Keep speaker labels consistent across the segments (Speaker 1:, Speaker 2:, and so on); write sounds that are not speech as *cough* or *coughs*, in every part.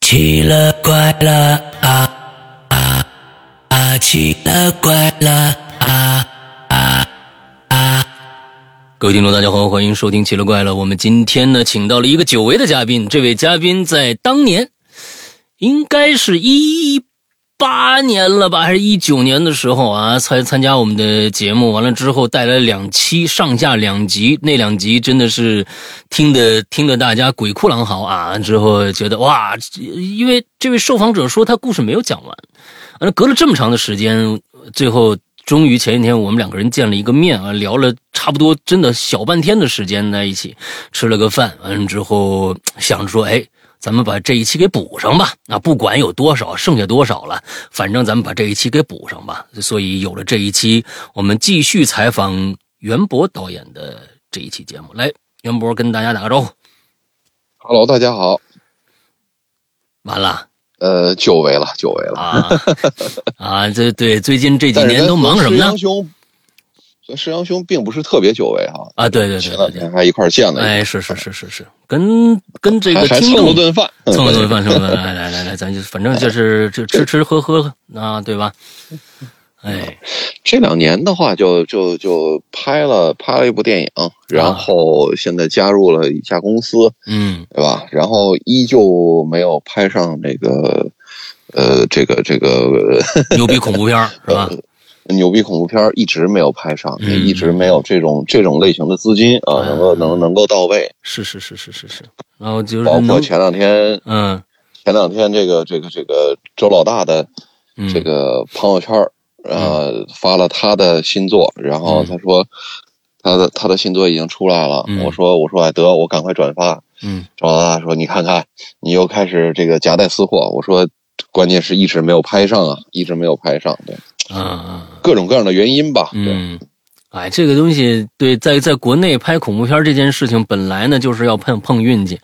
Speaker 1: 奇了怪了啊啊啊！奇了怪了啊啊啊！各位听众，大家好，欢迎收听《奇了怪了》。我们今天呢，请到了一个久违的嘉宾，这位嘉宾在当年应该是一。八年了吧，还是一九年的时候啊，参参加我们的节目，完了之后带来两期，上下两集，那两集真的是听的听的大家鬼哭狼嚎啊！之后觉得哇，因为这位受访者说他故事没有讲完，完了隔了这么长的时间，最后终于前几天我们两个人见了一个面啊，聊了差不多真的小半天的时间在一起，吃了个饭，完了之后想说，哎。咱们把这一期给补上吧，啊，不管有多少，剩下多少了，反正咱们把这一期给补上吧。所以有了这一期，我们继续采访袁博导演的这一期节目。来，袁博跟大家打个招呼。
Speaker 2: Hello，大家好。
Speaker 1: 完了，
Speaker 2: 呃，久违了，久违了啊
Speaker 1: 啊！这对最近这几年都忙什么呢？
Speaker 2: 所以石阳兄并不是特别久违哈、
Speaker 1: 啊、啊，对对对,对,对，前两
Speaker 2: 天还一块见了，
Speaker 1: 哎，是是是是是，跟跟这个
Speaker 2: 还蹭了顿哎饭，
Speaker 1: 蹭了顿饭，蹭了顿饭，来来来，咱就反正就是这吃吃喝喝啊，对吧？哎，
Speaker 2: 这两年的话就，就就就拍了拍了一部电影，
Speaker 1: 啊
Speaker 2: 然后现在加入了一家公司，
Speaker 1: 嗯、
Speaker 2: 啊，对吧？然后依旧没有拍上这个，呃，这个这个 *laughs*
Speaker 1: 牛逼恐怖片是吧？
Speaker 2: 牛逼恐怖片一直没有拍上，
Speaker 1: 嗯
Speaker 2: 也一直没有这种这种类型的资金啊，能够能能够到位。
Speaker 1: 是是是是是是。然后就是
Speaker 2: 包括前两天，
Speaker 1: 嗯，
Speaker 2: 前两天这个这个这个周老大的
Speaker 1: 嗯
Speaker 2: 这个朋友圈呃发了他的新作，然后
Speaker 1: 嗯
Speaker 2: 他说他的他的新作已经出来了。我说我说哎得我赶快转发。
Speaker 1: 嗯，
Speaker 2: 周老大说你看看你又开始这个夹带私货。我说关键是一直没有拍上啊，一直没有拍上对。
Speaker 1: 啊，
Speaker 2: 各种各样的原因吧。
Speaker 1: 嗯，哎，这个东西对，在在国内拍恐怖片这件事情，本来呢就是要碰碰运气，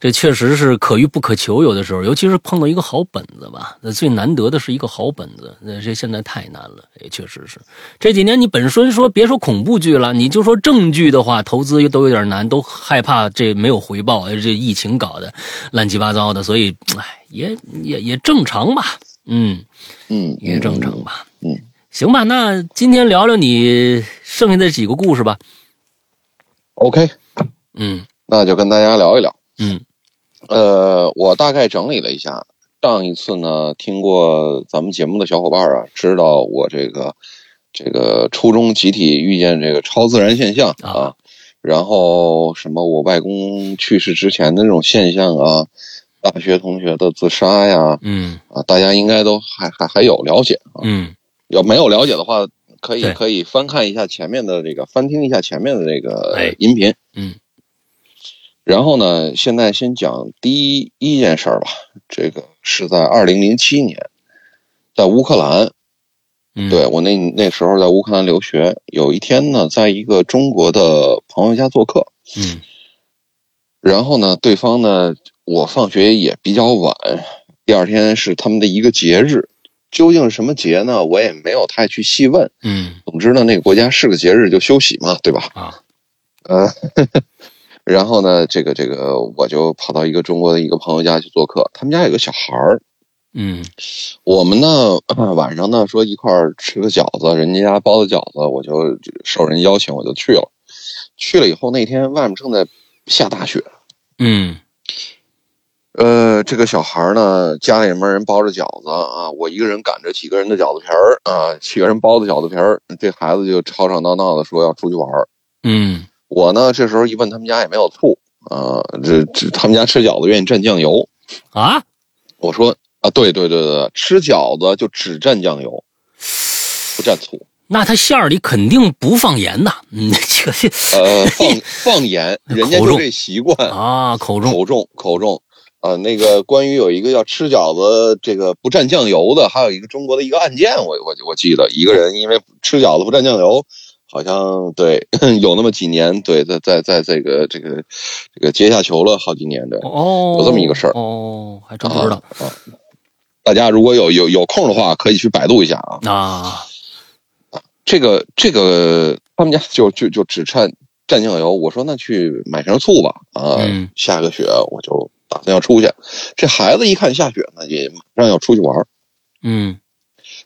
Speaker 1: 这确实是可遇不可求。有的时候，尤其是碰到一个好本子吧，那最难得的是一个好本子，那这现在太难了，也确实是。这几年你本身说别说恐怖剧了，你就说正剧的话，投资都有点难，都害怕这没有回报，这疫情搞的乱七八糟的，所以哎，也也也正常吧。嗯
Speaker 2: 嗯，
Speaker 1: 也正常吧。
Speaker 2: 嗯，
Speaker 1: 行吧，那今天聊聊你剩下的几个故事吧。
Speaker 2: OK，
Speaker 1: 嗯，
Speaker 2: 那就跟大家聊一聊。
Speaker 1: 嗯，
Speaker 2: 呃，我大概整理了一下，上一次呢，听过咱们节目的小伙伴啊，知道我这个这个初中集体遇见这个超自然现象啊，
Speaker 1: 啊
Speaker 2: 然后什么我外公去世之前的那种现象啊。大学同学的自杀呀，
Speaker 1: 嗯
Speaker 2: 啊，大家应该都还还还有了解啊，
Speaker 1: 嗯，
Speaker 2: 要没有了解的话，可以
Speaker 1: 对
Speaker 2: 可以翻看一下前面的这个，翻听一下前面的这
Speaker 1: 哎
Speaker 2: 个音频，
Speaker 1: 嗯，
Speaker 2: 然后呢，现在先讲第一一件事儿吧，这个是在二零零七年，在乌克兰，
Speaker 1: 嗯
Speaker 2: 对我那那时候在乌克兰留学，有一天呢，在一个中国的朋友家做客，
Speaker 1: 嗯
Speaker 2: 然后呢，对方呢，我放学也比较晚，第二天是他们的一个节日，究竟是什么节呢？我也没有太去细问。
Speaker 1: 嗯
Speaker 2: 总之呢，那个国家是个节日就休息嘛，对吧？
Speaker 1: 啊
Speaker 2: 呃，然后呢，这个这个，我就跑到一个中国的一个朋友家去做客，他们家有个小孩儿，
Speaker 1: 嗯
Speaker 2: 我们呢、 *clears throat* 呃晚上呢说一块儿吃个饺子，人家家包的饺子，我就受人邀请我就去了。去了以后那天外面正在下大雪，
Speaker 1: 嗯
Speaker 2: 呃，这个小孩儿呢，家里面人包着饺子啊，我一个人擀着几个人的饺子皮儿啊，几个人包的饺子皮儿，这孩子就吵吵闹闹的说要出去玩儿。
Speaker 1: 嗯
Speaker 2: 我呢，这时候一问他们家也没有醋啊，这这他们家吃饺子愿意蘸酱油。
Speaker 1: 啊，
Speaker 2: 我说啊，对对对对，吃饺子就只蘸酱油，不蘸醋。
Speaker 1: 那它馅儿里肯定不放盐的，嗯， *laughs* 这个
Speaker 2: 呃，放放盐，人家
Speaker 1: 口
Speaker 2: 就
Speaker 1: 重
Speaker 2: 这习惯。
Speaker 1: 啊，口中
Speaker 2: 口重口重，呃，那个关于有一个要吃饺子这个不蘸酱油的，还有一个中国的一个案件，我我我记得一个人因为吃饺子不蘸酱油，好像对 *laughs* 有那么几年，对，在在在这个这个这个阶下囚了好几年，对，
Speaker 1: 哦，
Speaker 2: 有这么一个事儿
Speaker 1: 哦，还真不知道
Speaker 2: 啊。大家如果有有有空的话，可以去百度一下啊。
Speaker 1: 啊，
Speaker 2: 这个这个他们家就就就只蘸蘸酱油，我说那去买瓶醋吧啊，
Speaker 1: 嗯
Speaker 2: 下个雪我就打算要出去。这孩子一看下雪呢，也马上要出去玩儿，
Speaker 1: 嗯，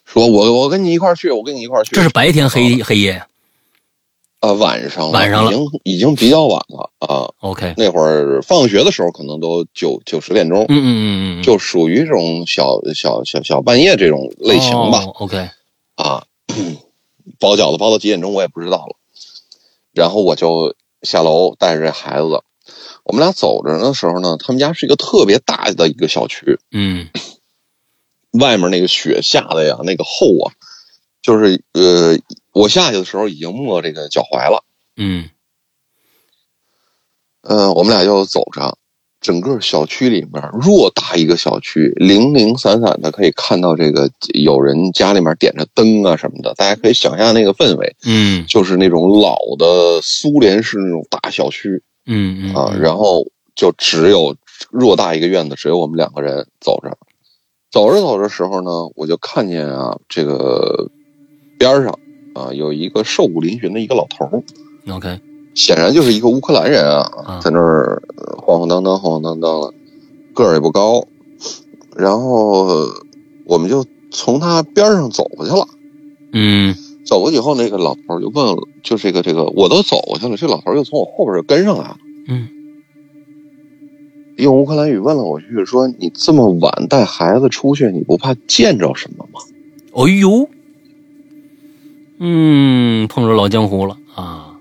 Speaker 2: 说我我跟你一块儿去，我跟你一块儿去。
Speaker 1: 这是白天黑黑夜呀
Speaker 2: 啊、晚上
Speaker 1: 晚上了
Speaker 2: 已经已经比较晚了啊。
Speaker 1: ，OK，
Speaker 2: 那会儿放学的时候可能都九九十点钟，
Speaker 1: 嗯嗯嗯嗯，
Speaker 2: 就属于这种小小小小半夜这种类型吧。
Speaker 1: 哦，OK，
Speaker 2: 啊，包饺子包到几点钟我也不知道了。然后我就下楼带着这孩子，我们俩走着的时候呢，他们家是一个特别大的一个小区，
Speaker 1: 嗯
Speaker 2: 外面那个雪下的呀，那个厚啊，就是呃，我下去的时候已经没这个脚踝了。
Speaker 1: 嗯
Speaker 2: 嗯，我们俩就走着，整个小区里面偌大一个小区，零零散散的可以看到这个有人家里面点着灯啊什么的，大家可以想象那个氛围，
Speaker 1: 嗯
Speaker 2: 就是那种老的苏联式那种大小区
Speaker 1: 嗯嗯
Speaker 2: 啊，
Speaker 1: 嗯
Speaker 2: 然后就只有偌大一个院子，只有我们两个人走着，走着走着时候呢，我就看见啊，这个边儿上啊有一个瘦骨嶙峋的一个老头儿，
Speaker 1: ，OK，
Speaker 2: 显然就是一个乌克兰人
Speaker 1: 啊
Speaker 2: 啊，在那儿呃晃晃荡荡、晃晃荡荡的，个儿也不高。然后呃我们就从他边上走过去了。
Speaker 1: 嗯
Speaker 2: 走过去以后，那个老头儿就问了，就这个这个，我都走过去了，这老头儿又从我后边儿就跟上来了。啊
Speaker 1: 嗯，
Speaker 2: 用乌克兰语问了我一句，说：“你这么晚带孩子出去，你不怕见着什么吗
Speaker 1: 哎呦，嗯，碰着老江湖了啊，？”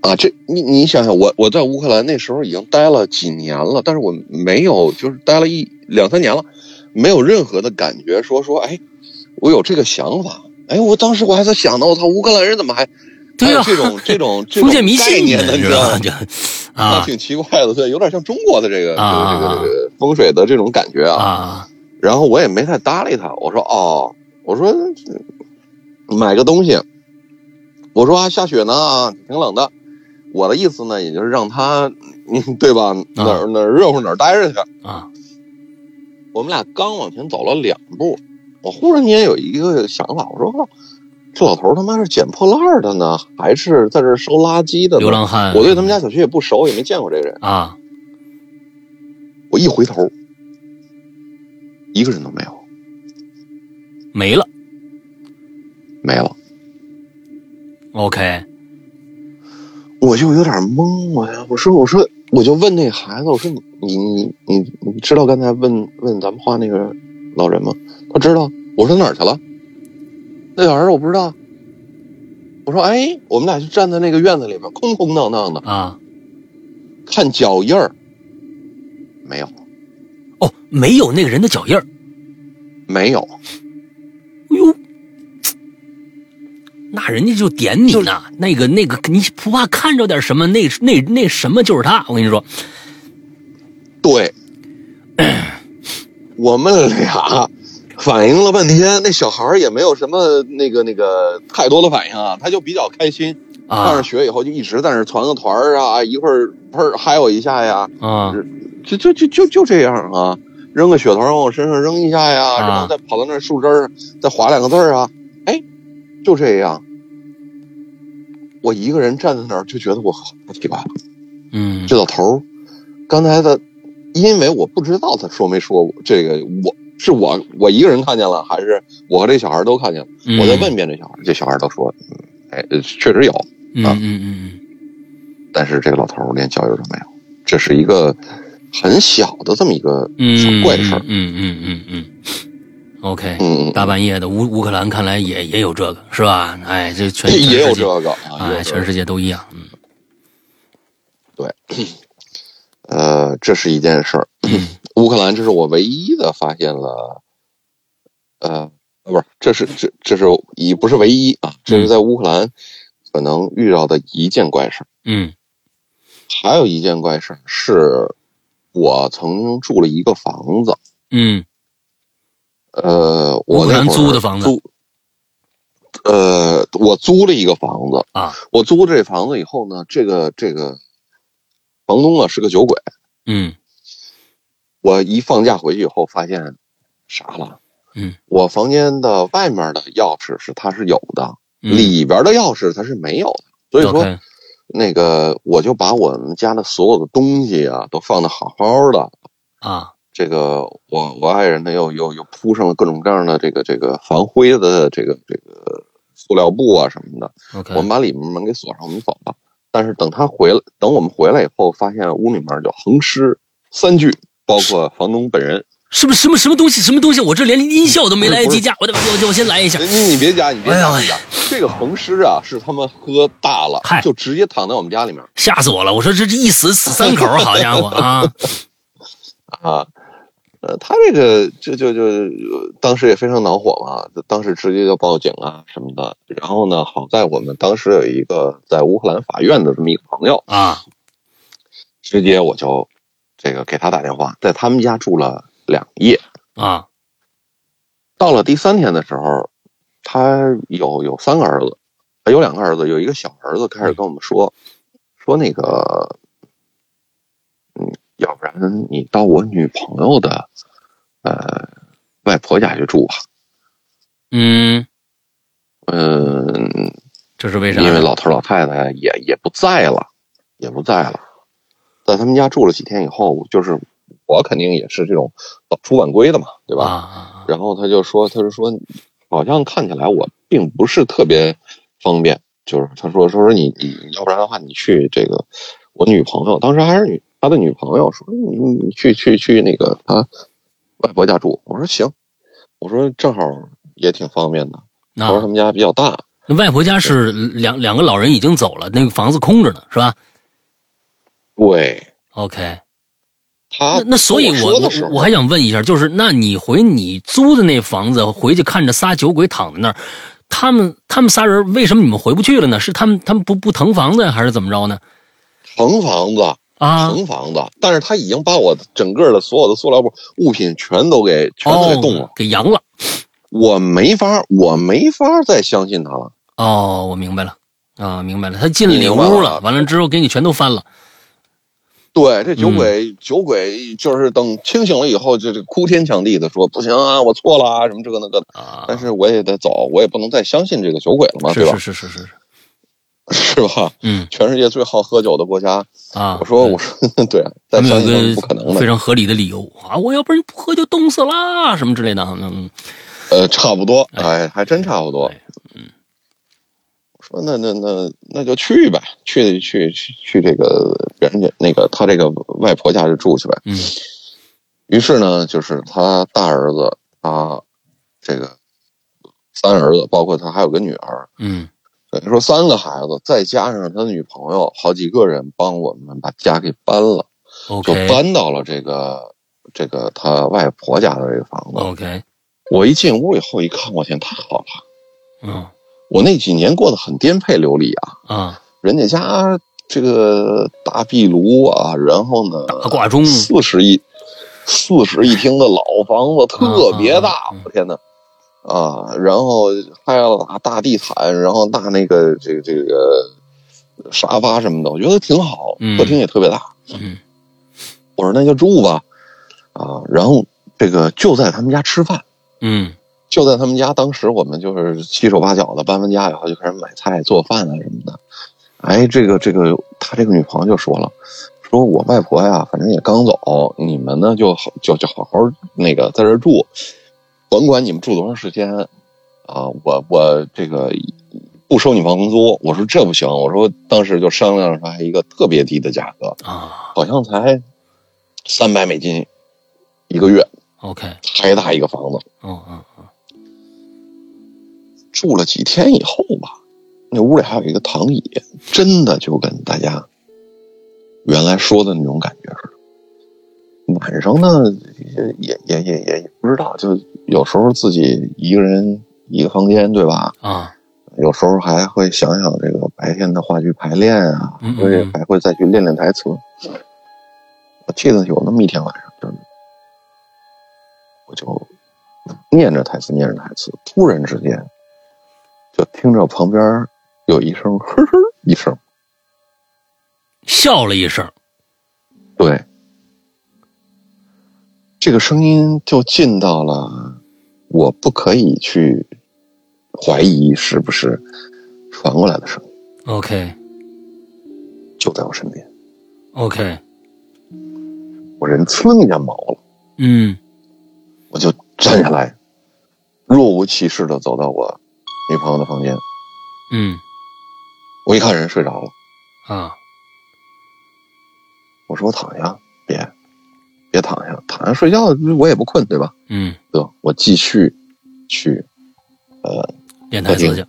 Speaker 2: 啊，这你你想想，我我在乌克兰那时候已经待了几年了，但是我没有就是待了一两三年了，没有任何的感觉说说，哎，我有这个想法，哎，我当时我还在想呢，我操，乌克兰人怎么还
Speaker 1: 对啊
Speaker 2: 还有这种
Speaker 1: *laughs*
Speaker 2: 这种这
Speaker 1: 封
Speaker 2: 种
Speaker 1: 建迷
Speaker 2: 概
Speaker 1: 信
Speaker 2: 念呢？你
Speaker 1: 是
Speaker 2: 知道
Speaker 1: 吧？？
Speaker 2: 吗
Speaker 1: 这啊
Speaker 2: 挺奇怪的，对，有点像中国的这个、
Speaker 1: 啊
Speaker 2: 这个这个这个风水的这种感觉啊。
Speaker 1: 啊，
Speaker 2: 然后我也没太搭理他，我说哦，我说嗯买个东西，我说啊下雪呢啊，挺冷的。我的意思呢，也就是让他，嗯， *laughs* 对吧？哪儿哪儿热乎哪儿待着去。
Speaker 1: 啊，
Speaker 2: 我们俩刚往前走了两步，我忽然间有一个想法，我说，哦这老头儿他妈是捡破烂儿的呢，还是在这儿收垃圾的
Speaker 1: 流
Speaker 2: 呢？
Speaker 1: 浪汉，
Speaker 2: 我对他们家小区也不熟，也没见过这个人。
Speaker 1: 啊，
Speaker 2: 我一回头，一个人都没有，
Speaker 1: 没了
Speaker 2: 没了。
Speaker 1: ，OK，
Speaker 2: 我就有点懵，我呀，我说，我说，我就问那孩子，我说你你你你知道刚才问问咱们画那个老人吗？他知道。我说哪儿去了？那小孩儿我不知道。我说哎，我们俩就站在那个院子里面，空空荡荡的，
Speaker 1: 啊，
Speaker 2: 看脚印儿，没有，
Speaker 1: 哦，没有那个人的脚印儿，
Speaker 2: 没有，
Speaker 1: 哎呦，那人家就点你呢，那个那个，你不怕看着点什么？那那那什么就是他，我跟你说， *coughs*
Speaker 2: 对，我们俩反应了半天，那小孩儿也没有什么那个那个太多的反应啊，他就比较开心。上
Speaker 1: 啊
Speaker 2: 上学以后就一直在那儿团个团儿啊，一会儿喷儿嗨我一下呀，
Speaker 1: 啊
Speaker 2: 就就就就就这样啊，扔个雪团往我身上扔一下呀，
Speaker 1: 啊
Speaker 2: 然后再跑到那儿树枝儿再划两个字儿啊，哎，就这样。我一个人站在那儿就觉得我好奇怪了，
Speaker 1: 嗯
Speaker 2: 这老头儿刚才的，因为我不知道他说没说这个，我是我我一个人看见了，还是我和这小孩儿都看见了？
Speaker 1: 嗯
Speaker 2: 我再问一遍这小孩儿，这小孩儿都说，嗯哎，呃确实有。
Speaker 1: 嗯
Speaker 2: 啊
Speaker 1: 嗯嗯
Speaker 2: 但是这个老头儿连脚印儿都没有，这是一个很小的这么一个
Speaker 1: 嗯
Speaker 2: 小
Speaker 1: 嗯，
Speaker 2: 怪事儿。
Speaker 1: 嗯嗯嗯嗯嗯，OK，
Speaker 2: 嗯，
Speaker 1: 大半夜的乌乌克兰看来也也有这个是吧？哎，这全全
Speaker 2: 也有
Speaker 1: 世
Speaker 2: 这
Speaker 1: 界，
Speaker 2: 个啊，也
Speaker 1: 哎，
Speaker 2: 有这
Speaker 1: 全
Speaker 2: 个
Speaker 1: 世界都一样，嗯
Speaker 2: 呃，这是一件事儿。
Speaker 1: 嗯
Speaker 2: *clears throat* 乌克兰，这是我唯一的发现了，呃，不是，这是这这是也不是唯一啊，这
Speaker 1: 嗯
Speaker 2: 是在乌克兰可能遇到的一件怪事儿。
Speaker 1: 嗯
Speaker 2: 还有一件怪事儿是，我曾经住了一个房子，
Speaker 1: 嗯
Speaker 2: 呃，
Speaker 1: 乌
Speaker 2: 我
Speaker 1: 克
Speaker 2: 那
Speaker 1: 兰
Speaker 2: 会儿
Speaker 1: 租的房子
Speaker 2: 租呃，我租了一个房子
Speaker 1: 啊，
Speaker 2: 我租这房子以后呢，这个这个房东啊是个酒鬼，
Speaker 1: 嗯
Speaker 2: 我一放假回去以后发现傻了，
Speaker 1: 嗯，
Speaker 2: 我房间的外面的钥匙是他是有的，
Speaker 1: 嗯
Speaker 2: 里边的钥匙他是没有的，所以说
Speaker 1: OK，
Speaker 2: 那个我就把我们家的所有的东西啊都放的好好的。
Speaker 1: 啊，
Speaker 2: 这个我我爱人呢又又又铺上了各种各样的这个这个防灰的这个这个塑料布啊什么的。
Speaker 1: ，OK，
Speaker 2: 我们把里面门给锁上，我们走了。但是等他回来，等我们回来以后，发现屋里面就横尸三具，包括房东本人。
Speaker 1: 是不是什么什么东西什么东西？我这连音效都
Speaker 2: 嗯
Speaker 1: 没来得及加，我得我我先来一下。
Speaker 2: 你你别加，你别
Speaker 1: 哎
Speaker 2: 加，
Speaker 1: 呦
Speaker 2: 别加这个横尸啊，是他们喝大了
Speaker 1: 嗨，
Speaker 2: 就直接躺在我们家里面
Speaker 1: 吓死我了！我说这这一死死三口，好家伙啊！
Speaker 2: 啊。呃，他这个就就就呃当时也非常恼火嘛，就当时直接就报警啊什么的。然后呢，好在我们当时有一个在乌克兰法院的这么一个朋友，
Speaker 1: 啊，
Speaker 2: 直接我就这个给他打电话，在他们家住了两夜。
Speaker 1: 啊
Speaker 2: 到了第三天的时候，他有有三个儿子，呃有两个儿子，有一个小儿子开始跟我们说，说那个，嗯，要不然你到我女朋友的，呃，外婆家去住吧。
Speaker 1: 嗯，
Speaker 2: 嗯，
Speaker 1: 这是为啥？
Speaker 2: 因为老头老太太也也不在了，也不在了，在他们家住了几天以后，就是我肯定也是这种早出晚归的嘛，对吧？
Speaker 1: 啊，
Speaker 2: 然后他就说，他就说，好像看起来我并不是特别方便，就是他说，说说你你要不然的话，你去这个我女朋友，当时还是女他的女朋友，说你你去去去那个他外婆家住，我说行，我说正好也挺方便
Speaker 1: 啊
Speaker 2: 的，他说他
Speaker 1: 那
Speaker 2: 们家比较大，
Speaker 1: 那外婆家是两两个老人已经走了，那个房子空着呢，是吧
Speaker 2: 对
Speaker 1: ？OK，
Speaker 2: 他
Speaker 1: 那那所以
Speaker 2: 跟
Speaker 1: 我
Speaker 2: 啊说的时
Speaker 1: 我
Speaker 2: 候
Speaker 1: 我还想问一下，就是那你回你租的那房子回去看着仨酒鬼躺在那儿，他们他们仨人为什么你们回不去了呢？是他们他们不不腾房子呀，还是怎么着呢？
Speaker 2: 腾房子
Speaker 1: 啊，
Speaker 2: 腾房子，但是他已经把我整个的所有的塑料布物品全都给全都给动了。
Speaker 1: 哦，给扬了。
Speaker 2: 我没法，我没法再相信他了。
Speaker 1: 哦，我明白了。啊，明白了，他进
Speaker 2: 你
Speaker 1: 里
Speaker 2: 明白
Speaker 1: 屋
Speaker 2: 了
Speaker 1: 了，完了之后给你全都翻了。
Speaker 2: 对，这酒鬼，
Speaker 1: 嗯
Speaker 2: 酒鬼就是等清醒了以后，就这哭天抢地的说不行啊，我错了啊，什么这个那个的。
Speaker 1: 啊，
Speaker 2: 但是我也得走，我也不能再相信这个酒鬼了嘛，
Speaker 1: 是
Speaker 2: 啊对
Speaker 1: 是
Speaker 2: 吧？
Speaker 1: 是是
Speaker 2: *laughs*
Speaker 1: 是，是
Speaker 2: 是吧？
Speaker 1: 嗯
Speaker 2: 全世界最好喝酒的国家，
Speaker 1: 啊，
Speaker 2: 我说我说 *laughs* 对，再
Speaker 1: 咱们有
Speaker 2: 相信他
Speaker 1: 一个
Speaker 2: 是不可能
Speaker 1: 非
Speaker 2: 的。
Speaker 1: 常合理的理由啊，我要不然不喝就冻死啦，什么之类的。嗯，
Speaker 2: 呃，差不多，
Speaker 1: 哎
Speaker 2: 哎，还真差不多
Speaker 1: 哎。
Speaker 2: 我说那那那那就去呗，去去去去这个别人家那个他这个外婆家就住去呗。
Speaker 1: 嗯
Speaker 2: 于是呢，就是他大儿子，他这个三儿子，包括他还有个女儿，
Speaker 1: 嗯
Speaker 2: 等于说三个孩子，再加上他女朋友，好几个人帮我们把家给搬了，就
Speaker 1: ，OK
Speaker 2: 搬到了这个这个他外婆家的这个房子。
Speaker 1: OK，
Speaker 2: 我一进屋以后一看，我天，太好了！
Speaker 1: 嗯
Speaker 2: 我那几年过得很颠沛流离啊，
Speaker 1: 啊，
Speaker 2: 人家家这个大壁炉啊，然后呢，
Speaker 1: 大挂钟
Speaker 2: 四室一四室一厅的老房子，特别大
Speaker 1: 嗯嗯嗯，
Speaker 2: 我天呐！啊，然后还要打大地毯，然后大那个这个这个沙发什么的，我觉得挺好
Speaker 1: 嗯，
Speaker 2: 客厅也特别大。
Speaker 1: 嗯
Speaker 2: 我说那就住吧，啊，然后这个就在他们家吃饭，
Speaker 1: 嗯
Speaker 2: 就在他们家。当时我们就是七手八脚的搬完家以后，就开始买菜做饭啊什么的。哎，这个这个，他这个女朋友就说了，说我外婆呀，反正也刚走，你们呢就好就就好好那个在这儿住，甭管你们住多长时间啊，我我这个不收你房租。我说这不行，我说当时就商量出来一个特别低的价格，
Speaker 1: 啊
Speaker 2: 好像才三百美金一个月，
Speaker 1: ，OK，
Speaker 2: 还大一个房子。
Speaker 1: 嗯嗯嗯
Speaker 2: 住了几天以后吧，那屋里还有一个躺椅，真的就跟大家原来说的那种感觉似的。晚上呢，也也也也也不知道，就有时候自己一个人一个房间，对吧？
Speaker 1: 啊，
Speaker 2: 有时候还会想想这个白天的话剧排练啊，
Speaker 1: 嗯嗯嗯
Speaker 2: 所以还会再去练练台词。我记得有那么一天晚上，就是我就念着台词，念着台词，突然之间就听着旁边有一声呵呵一声，
Speaker 1: 笑了一声，
Speaker 2: 对，这个声音就进到了我不可以去怀疑是不是传过来的声音。
Speaker 1: ，OK，
Speaker 2: 就在我身边，
Speaker 1: ，OK，
Speaker 2: 我人噌一下毛了，
Speaker 1: 嗯
Speaker 2: 我就站下来，若无其事的走到我女朋友的房间，
Speaker 1: 嗯
Speaker 2: 我一看人睡着了，
Speaker 1: 啊，
Speaker 2: 我说我躺下，别，别躺下，躺下睡觉我也不困，对吧？
Speaker 1: 嗯，
Speaker 2: 得，我继续去，呃，
Speaker 1: 练台词去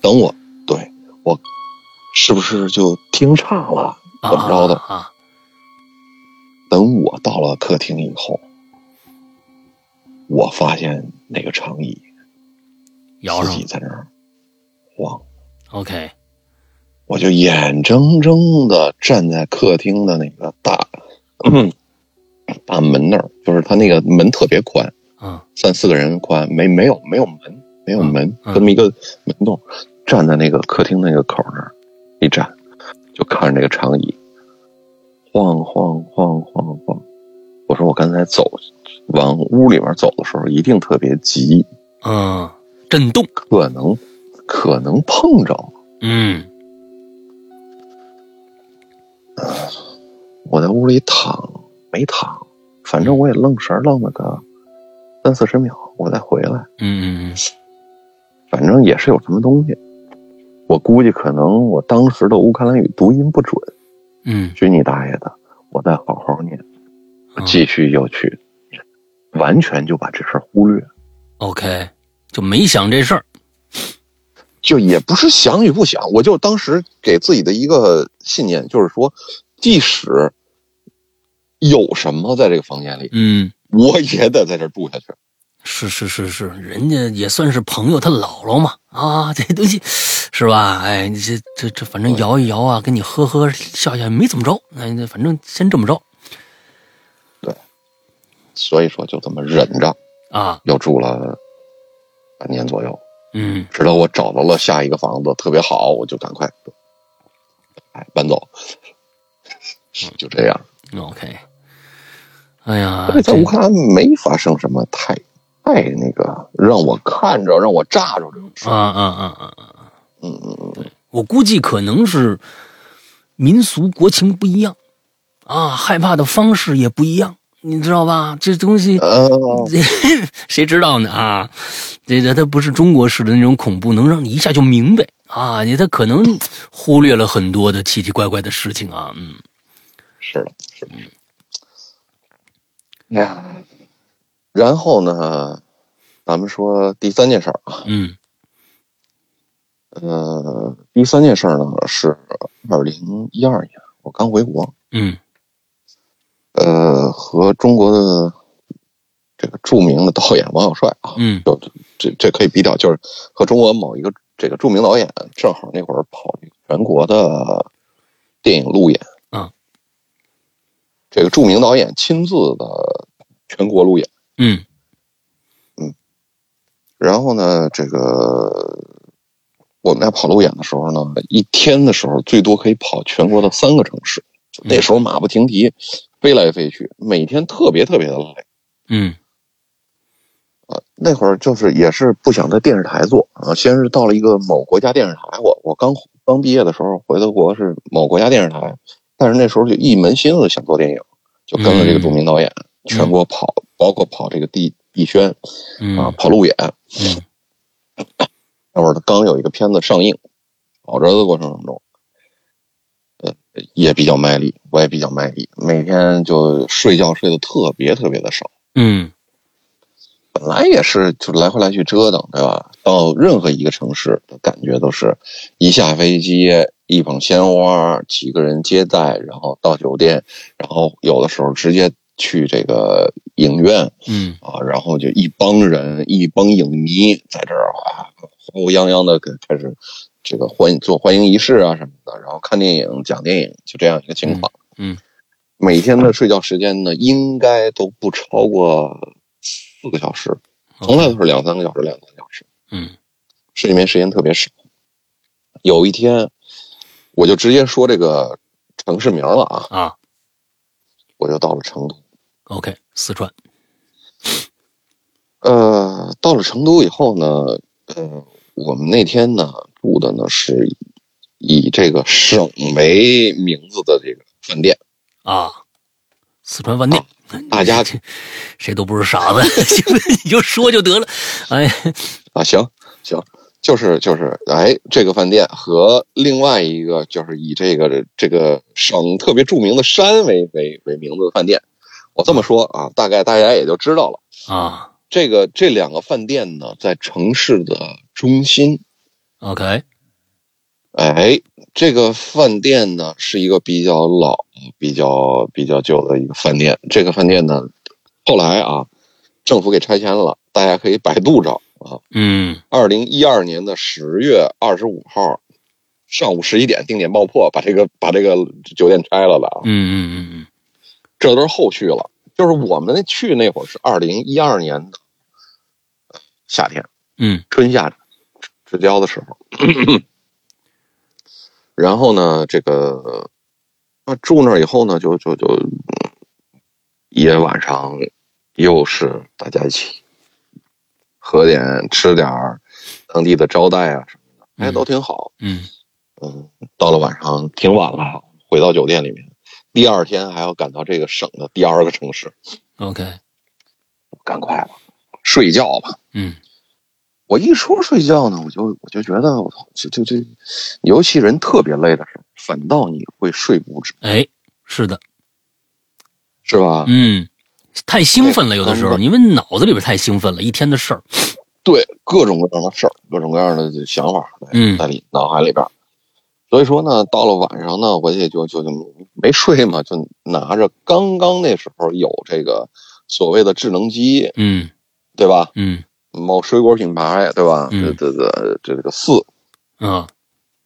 Speaker 2: 等我，对我是不是就听岔了？
Speaker 1: 啊
Speaker 2: 怎么着的
Speaker 1: 啊？
Speaker 2: 等我到了客厅以后，我发现那个长椅
Speaker 1: 摇
Speaker 2: 自
Speaker 1: 上
Speaker 2: 己在那儿晃，
Speaker 1: ，OK，
Speaker 2: 我就眼睁睁的站在客厅的那个大、
Speaker 1: 嗯
Speaker 2: 大门那儿，就是它那个门特别宽，
Speaker 1: 嗯
Speaker 2: 三四个人宽，没没有没有门，没有门，
Speaker 1: 嗯嗯
Speaker 2: 就那么一个门洞，站在那个客厅那个口那儿一站，就看着那个长椅，晃晃晃晃晃。我说我刚才走往屋里面走的时候，一定特别急，
Speaker 1: 嗯，震动，
Speaker 2: 可能可能碰着了。
Speaker 1: 嗯
Speaker 2: 我在屋里躺没躺，反正我也愣神儿愣了个三四十秒，我再回来。
Speaker 1: 嗯嗯
Speaker 2: 反正也是有什么东西。我估计可能我当时的乌克兰语读音不准，
Speaker 1: 嗯
Speaker 2: 去你大爷的！我再好好念，我
Speaker 1: 嗯
Speaker 2: 继续又去，完全就把这事儿忽略，
Speaker 1: ，OK，就没想这事儿，
Speaker 2: 就也不是想与不想，我就当时给自己的一个信念，就是说，即使有什么在这个房间里，
Speaker 1: 嗯。
Speaker 2: 我也得在这儿住下去。
Speaker 1: 是是是是，人家也算是朋友，他姥姥嘛啊， *laughs* 这东西是吧？哎，你这这这，反正摇一摇啊，跟你呵呵笑笑，没怎么着。哎，那反正先这么着
Speaker 2: 所以说，就这么忍着，
Speaker 1: 啊。
Speaker 2: 又住了半年左右。
Speaker 1: 嗯
Speaker 2: 直到我找到了下一个房子特别好，我就赶快，哎，搬走， *laughs* 就这样。
Speaker 1: ，OK。哎呀，
Speaker 2: *laughs* 在乌克兰没发生什么太太那个让我看着让我炸着这种事
Speaker 1: 这啊
Speaker 2: 儿。
Speaker 1: 啊啊啊啊！
Speaker 2: 嗯嗯嗯嗯，
Speaker 1: 我估计可能是民俗国情不一样啊，害怕的方式也不一样，你知道吧？这东西
Speaker 2: 呃，
Speaker 1: *laughs* 谁知道呢啊？这这它不是中国式的那种恐怖，能让你一下就明白啊！你他可能忽略了很多的奇奇怪怪的事情啊，嗯
Speaker 2: 是的，是的。哎呀，然后呢，咱们说第三件事儿啊，
Speaker 1: 嗯
Speaker 2: 呃，第三件事儿呢是二零一二年，我刚回国，
Speaker 1: 嗯
Speaker 2: 呃，和中国的这个著名的导演王小帅啊，
Speaker 1: 嗯
Speaker 2: 就这这可以比较，就是和中国某一个这个著名导演，正好那会儿跑全国的电影路演
Speaker 1: 啊，
Speaker 2: 这个著名导演亲自的全国路演，
Speaker 1: 嗯
Speaker 2: 然后呢，这个我们在跑路演的时候呢，一天的时候最多可以跑全国的三个城市，那时候马不停蹄，飞来飞去，每天特别特别的累。
Speaker 1: 嗯
Speaker 2: 啊，那会儿就是也是不想在电视台做啊，先是到了一个某国家电视台，我我刚刚毕业的时候回的国是某国家电视台，但是那时候就一门心思想做电影，就跟了这个著名导演，全国跑，包括跑这个地地宣
Speaker 1: 嗯
Speaker 2: 啊，跑路演。
Speaker 1: 嗯
Speaker 2: 那会儿刚有一个片子上映，跑着的过程中，呃，也比较卖力，我也比较卖力，每天就睡觉睡得特别特别的少。
Speaker 1: 嗯
Speaker 2: 本来也是就来回来去折腾，对吧？到任何一个城市的感觉都是，一下飞机，一捧鲜花，几个人接待，然后到酒店，然后有的时候直接去这个影院
Speaker 1: 嗯
Speaker 2: 啊，然后就一帮人，一帮影迷在这儿啊，呼呼泱泱的给开始这个欢迎做欢迎仪式啊什么的，然后看电影、讲电影，就这样一个情况。
Speaker 1: 嗯嗯
Speaker 2: 每天的睡觉时间呢，应该都不超过四个小时，从来都是两三个小时、两三个小时，
Speaker 1: 嗯
Speaker 2: 睡眠时间特别少。有一天，我就直接说这个城市名了啊，
Speaker 1: 啊
Speaker 2: 我就到了成都。
Speaker 1: ，OK，四川，
Speaker 2: 呃，到了成都以后呢，呃，我们那天呢住的呢是以这个省为名字的这个饭店，
Speaker 1: 啊，四川饭店，
Speaker 2: 哦大家
Speaker 1: *laughs* 谁都不是傻子， *laughs* 你就说就得了。哎，
Speaker 2: 啊，行行，就是就是，哎，这个饭店和另外一个就是以这个这个省特别著名的山为为为名字的饭店，我这么说啊，大概大家也就知道了。
Speaker 1: 啊
Speaker 2: 这个这两个饭店呢，在城市的中心。
Speaker 1: ，OK，
Speaker 2: 哎，这个饭店呢是一个比较老、比较比较旧的一个饭店。这个饭店呢，后来啊，政府给拆迁了，大家可以百度找啊。
Speaker 1: 嗯，
Speaker 2: 二零一二年的十月二十五号上午十一点定点爆破，把这个把这个酒店拆了的啊
Speaker 1: 嗯，嗯嗯
Speaker 2: 这都是后续了。就是我们去那会儿是二零一二年的夏天，
Speaker 1: 嗯
Speaker 2: 春夏之交的时 *coughs* 候。然后呢，这个啊住那儿以后呢，就就就嗯也晚上又是大家一起喝点吃点儿当地的招待啊什么的，哎，
Speaker 1: 嗯
Speaker 2: 都挺好。
Speaker 1: 嗯
Speaker 2: 嗯，到了晚上挺晚了，回到酒店里面，第二天还要赶到这个省的第二个城市，
Speaker 1: 嗯，OK，
Speaker 2: 赶快吧，睡觉吧。
Speaker 1: 嗯
Speaker 2: 我一说睡觉呢，我就我就觉得我操，就就就，尤其人特别累的时候，反倒你会睡不着，
Speaker 1: 哎，是的，
Speaker 2: 是吧？
Speaker 1: 嗯，太兴奋了，有的时
Speaker 2: 哎
Speaker 1: 候
Speaker 2: 刚
Speaker 1: 因为脑子里边太兴奋了，一天的事儿，
Speaker 2: 对，各种各样的事儿，各种各样的想法
Speaker 1: 嗯
Speaker 2: 在里脑海里边儿。所以说呢，到了晚上呢，我也就就就没睡嘛，就拿着刚刚那时候有这个所谓的智能机，
Speaker 1: 嗯
Speaker 2: 对吧？
Speaker 1: 嗯
Speaker 2: 某水果品牌，对吧？
Speaker 1: 嗯
Speaker 2: 这这这这个四，
Speaker 1: 啊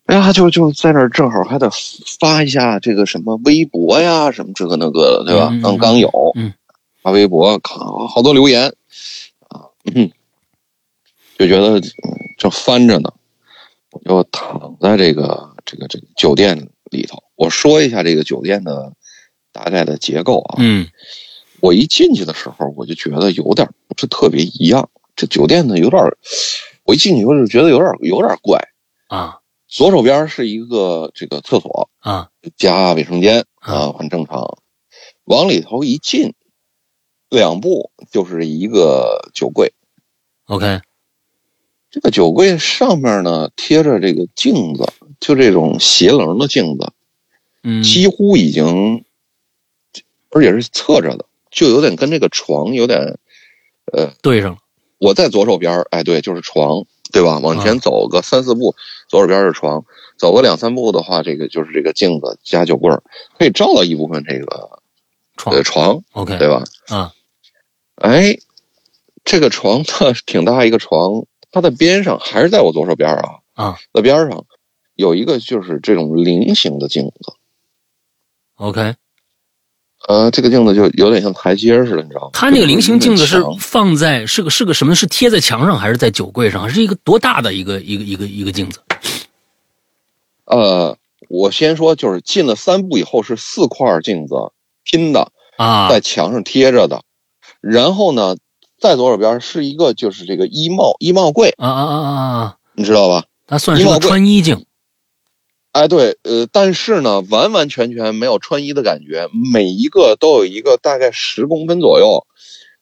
Speaker 2: 哎呀，就就在那儿正好还得发一下这个什么微博呀，什么这个那个的，对吧
Speaker 1: 嗯嗯？嗯
Speaker 2: 刚刚有，
Speaker 1: 嗯，
Speaker 2: 发微博，靠，好多留言啊，嗯，就觉得嗯正翻着呢，我就躺在这个这个这个酒店里头。我说一下这个酒店的大概的结构啊。
Speaker 1: 嗯
Speaker 2: 我一进去的时候，我就觉得有点不是特别一样，这酒店呢有点儿，我一进去我就觉得有点有点怪。
Speaker 1: 啊
Speaker 2: 左手边是一个这个厕所
Speaker 1: 啊
Speaker 2: 加卫生间
Speaker 1: 啊
Speaker 2: 啊，很正常。往里头一进，两步就是一个酒柜。
Speaker 1: ，OK，
Speaker 2: 这个酒柜上面呢贴着这个镜子，就这种斜棱的镜子，
Speaker 1: 嗯
Speaker 2: 几乎已经，而且是侧着的，就有点跟这个床有点。
Speaker 1: 对上了，
Speaker 2: 我在左手边儿，哎，对，就是床，对吧？往
Speaker 1: 啊
Speaker 2: 前走个三四步，左手边是床，走个两三步的话，这个就是这个镜子加酒柜儿，可以照到一部分这个
Speaker 1: 床
Speaker 2: 呃床，
Speaker 1: ，OK，
Speaker 2: 对吧？
Speaker 1: 哦啊
Speaker 2: 哎，这个床它挺大一个床，它的边上还是在我左手边儿啊，
Speaker 1: 啊
Speaker 2: 的边儿上有一个就是这种菱形的镜子，
Speaker 1: ，OK，
Speaker 2: 呃，这个镜子就有点像台阶儿似的，你知道吗？
Speaker 1: 它那个菱形镜子是
Speaker 2: 就面墙
Speaker 1: 放在是个是个什么？是贴在墙上还是在酒柜上？还是一个多大的一个一个一个一个镜子？
Speaker 2: 呃，我先说就是进了三步以后是四块镜子拼的，
Speaker 1: 啊
Speaker 2: 在墙上贴着的，然后呢，在左手边是一个就是这个衣帽衣帽柜，
Speaker 1: 啊啊啊啊啊！
Speaker 2: 你知道吧？
Speaker 1: 它算是个穿衣镜
Speaker 2: 哎，对，呃，但是呢，完完全全没有穿衣的感觉，每一个都有一个大概十公分左右，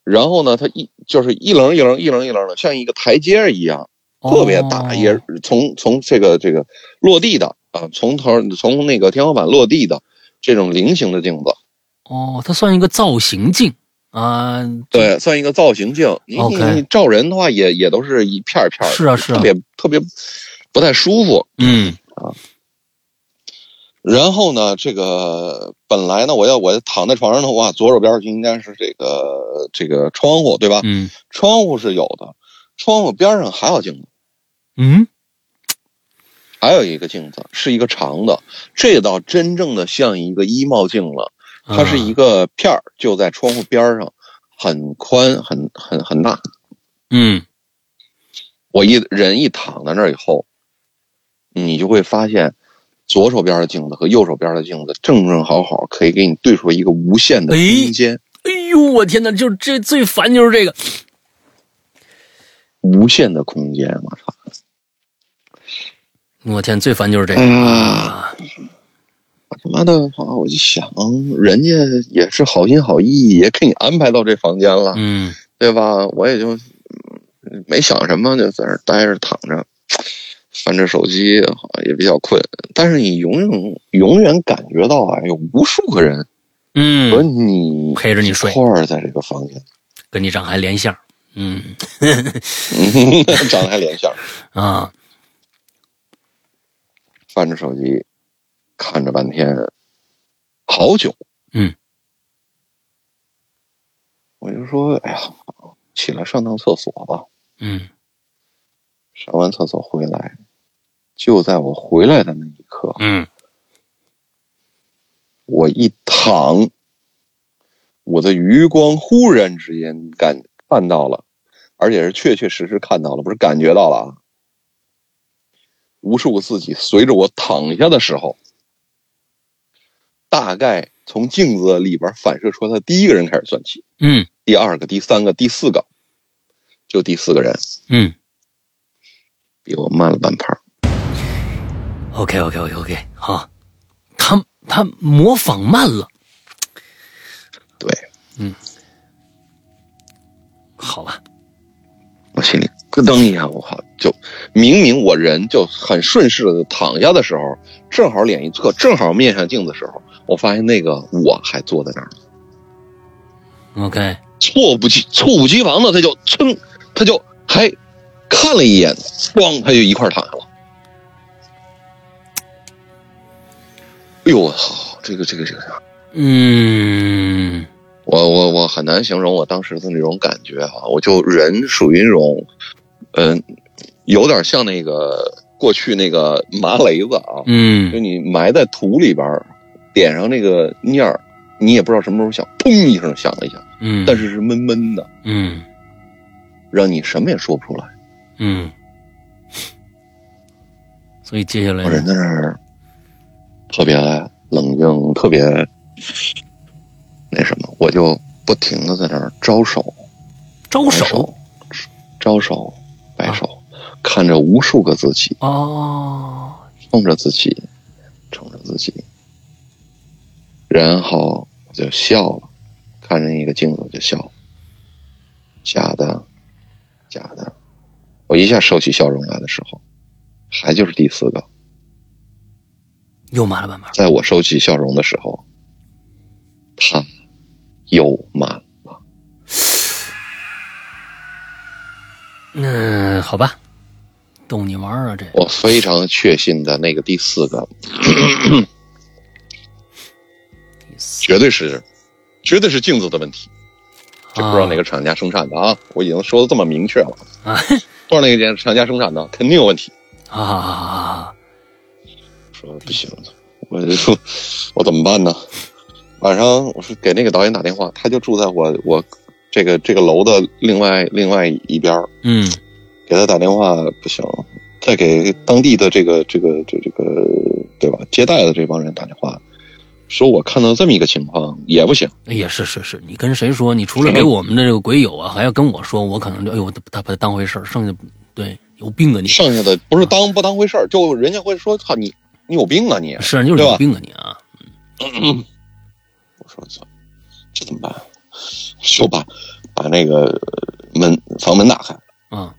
Speaker 2: 然后呢，它一就是一棱一棱一棱一棱的，像一个台阶儿一样，特别大，
Speaker 1: 哦
Speaker 2: 也是从从这个这个落地的啊，从头儿从那个天花板落地的这种菱形的镜子，
Speaker 1: 哦，它算一个造型镜啊，
Speaker 2: 对，算一个造型镜。你你
Speaker 1: OK
Speaker 2: 你照人的话也，也都是一片儿一片儿的，
Speaker 1: 是啊是啊
Speaker 2: 特别特别不太舒服。
Speaker 1: 嗯
Speaker 2: 然后呢，这个本来呢，我要我躺在床上的话，左手边儿就应该是这个这个窗户，对吧？
Speaker 1: 嗯
Speaker 2: 窗户是有的，窗户边上还有镜子，
Speaker 1: 嗯，
Speaker 2: 还有一个镜子是一个长的，这倒真正的像一个衣帽镜了。它是一
Speaker 1: 啊
Speaker 2: 个片儿，就在窗户边儿上，很宽，很很很大。
Speaker 1: 嗯
Speaker 2: 我一人一躺在那儿以后，你就会发现，左手边的镜子和右手边的镜子正正好好，可以给你对出一个无限的
Speaker 1: 哎
Speaker 2: 空间，
Speaker 1: 哎呦我天哪，就是这最烦就是这个
Speaker 2: 无限的空间。我操！
Speaker 1: 我天，最烦就是这个。啊
Speaker 2: 他妈的话，我就想，人家也是好心好意，也给你安排到这房间了，
Speaker 1: 嗯，
Speaker 2: 对吧？我也就嗯没想什么，就在那儿待着躺着，翻着手机，好像也比较困。但是你永远永远感觉到啊，有无数个人和
Speaker 1: 嗯，
Speaker 2: 你
Speaker 1: 陪着你睡
Speaker 2: 一块儿在这个房间， *laughs*
Speaker 1: 跟你长得还连线儿嗯
Speaker 2: 嗯长得还脸相，
Speaker 1: 啊，
Speaker 2: 翻着手机，看着半天，好久。
Speaker 1: 嗯，
Speaker 2: 我就说，哎呀，起来上趟厕所吧。
Speaker 1: 嗯
Speaker 2: 上完厕所回来，就在我回来的那一刻，
Speaker 1: 嗯，
Speaker 2: 我一躺，我的余光忽然之间感看到了，而且是确确实实看到了，不是感觉到了啊。无数自己随着我躺下的时候，大概从镜子里边反射出来的第一个人开始算起，
Speaker 1: 嗯
Speaker 2: 第二个、第三个、第四个，就第四个人
Speaker 1: 嗯
Speaker 2: 比我慢了半拍儿。
Speaker 1: ，OK OK OK OK，好，他他模仿慢了，
Speaker 2: 对
Speaker 1: 好吧，
Speaker 2: 我心里咯噔一下，我靠！就明明我人就很顺势的躺下的时候，正好脸一侧，正好面向镜子的时候，我发现那个我还坐在那儿，
Speaker 1: ，OK，
Speaker 2: 猝不及猝不及防的，他就噌，他就还看了一眼，咣，他就一块儿躺下了。哎呦我操！这个这个这个，
Speaker 1: 嗯
Speaker 2: 我我我很难形容我当时的那种感觉啊！我就人属于那种，嗯、有点像那个过去那个麻雷子啊，就
Speaker 1: 嗯
Speaker 2: 你埋在土里边儿，点上那个念儿，你也不知道什么时候响，砰一声响了一下，
Speaker 1: 嗯，
Speaker 2: 但是是闷闷的，
Speaker 1: 嗯
Speaker 2: 让你什么也说不出来。
Speaker 1: 嗯，所以接下来
Speaker 2: 我人在那儿特别冷静，特别那什么，我就不停的在那儿招手，
Speaker 1: 招
Speaker 2: 摆
Speaker 1: 手啊
Speaker 2: 手，招手，摆手，看着无数个自己，
Speaker 1: 哦，
Speaker 2: 冲着自己，冲着自己，然后我就笑了，看着那个镜子我就笑了，假的，假的，我一下收起笑容来的时候，还就是第四个，
Speaker 1: 又慢了半拍儿，
Speaker 2: 在我收起笑容的时候，他又满了，
Speaker 1: 嗯，好吧，逗你玩儿啊这，
Speaker 2: 我非常确信的那个第四个绝对是，绝对是镜子的问题。这不知道哪个厂家生产的啊，我已经说的这么明确了，
Speaker 1: 啊
Speaker 2: 不知道哪个厂家生产的，肯定有问题。
Speaker 1: 啊啊啊啊啊！
Speaker 2: 说不行，我就说我怎么办呢？晚上我是给那个导演打电话，他就住在我我这个这个楼的另外另外一边儿
Speaker 1: 嗯
Speaker 2: 给他打电话不行，再给当地的这个这个这这个对吧接待的这帮人打电话，说我看到这么一个情况也不行。
Speaker 1: 也哎是是是，你跟谁说？你除了给我们的这个鬼友啊，还要跟我说，我可能就哎呦，我他把他当回事儿，剩下对有病啊你！
Speaker 2: 剩下的不是当不当回事儿，就人家会说：“操你，你有病啊你
Speaker 1: 是，你就是
Speaker 2: 对
Speaker 1: 有
Speaker 2: 吧
Speaker 1: 病啊你啊！！”
Speaker 2: 我说：“操，这怎么办？”就把把那个呃门房门打开，
Speaker 1: 啊，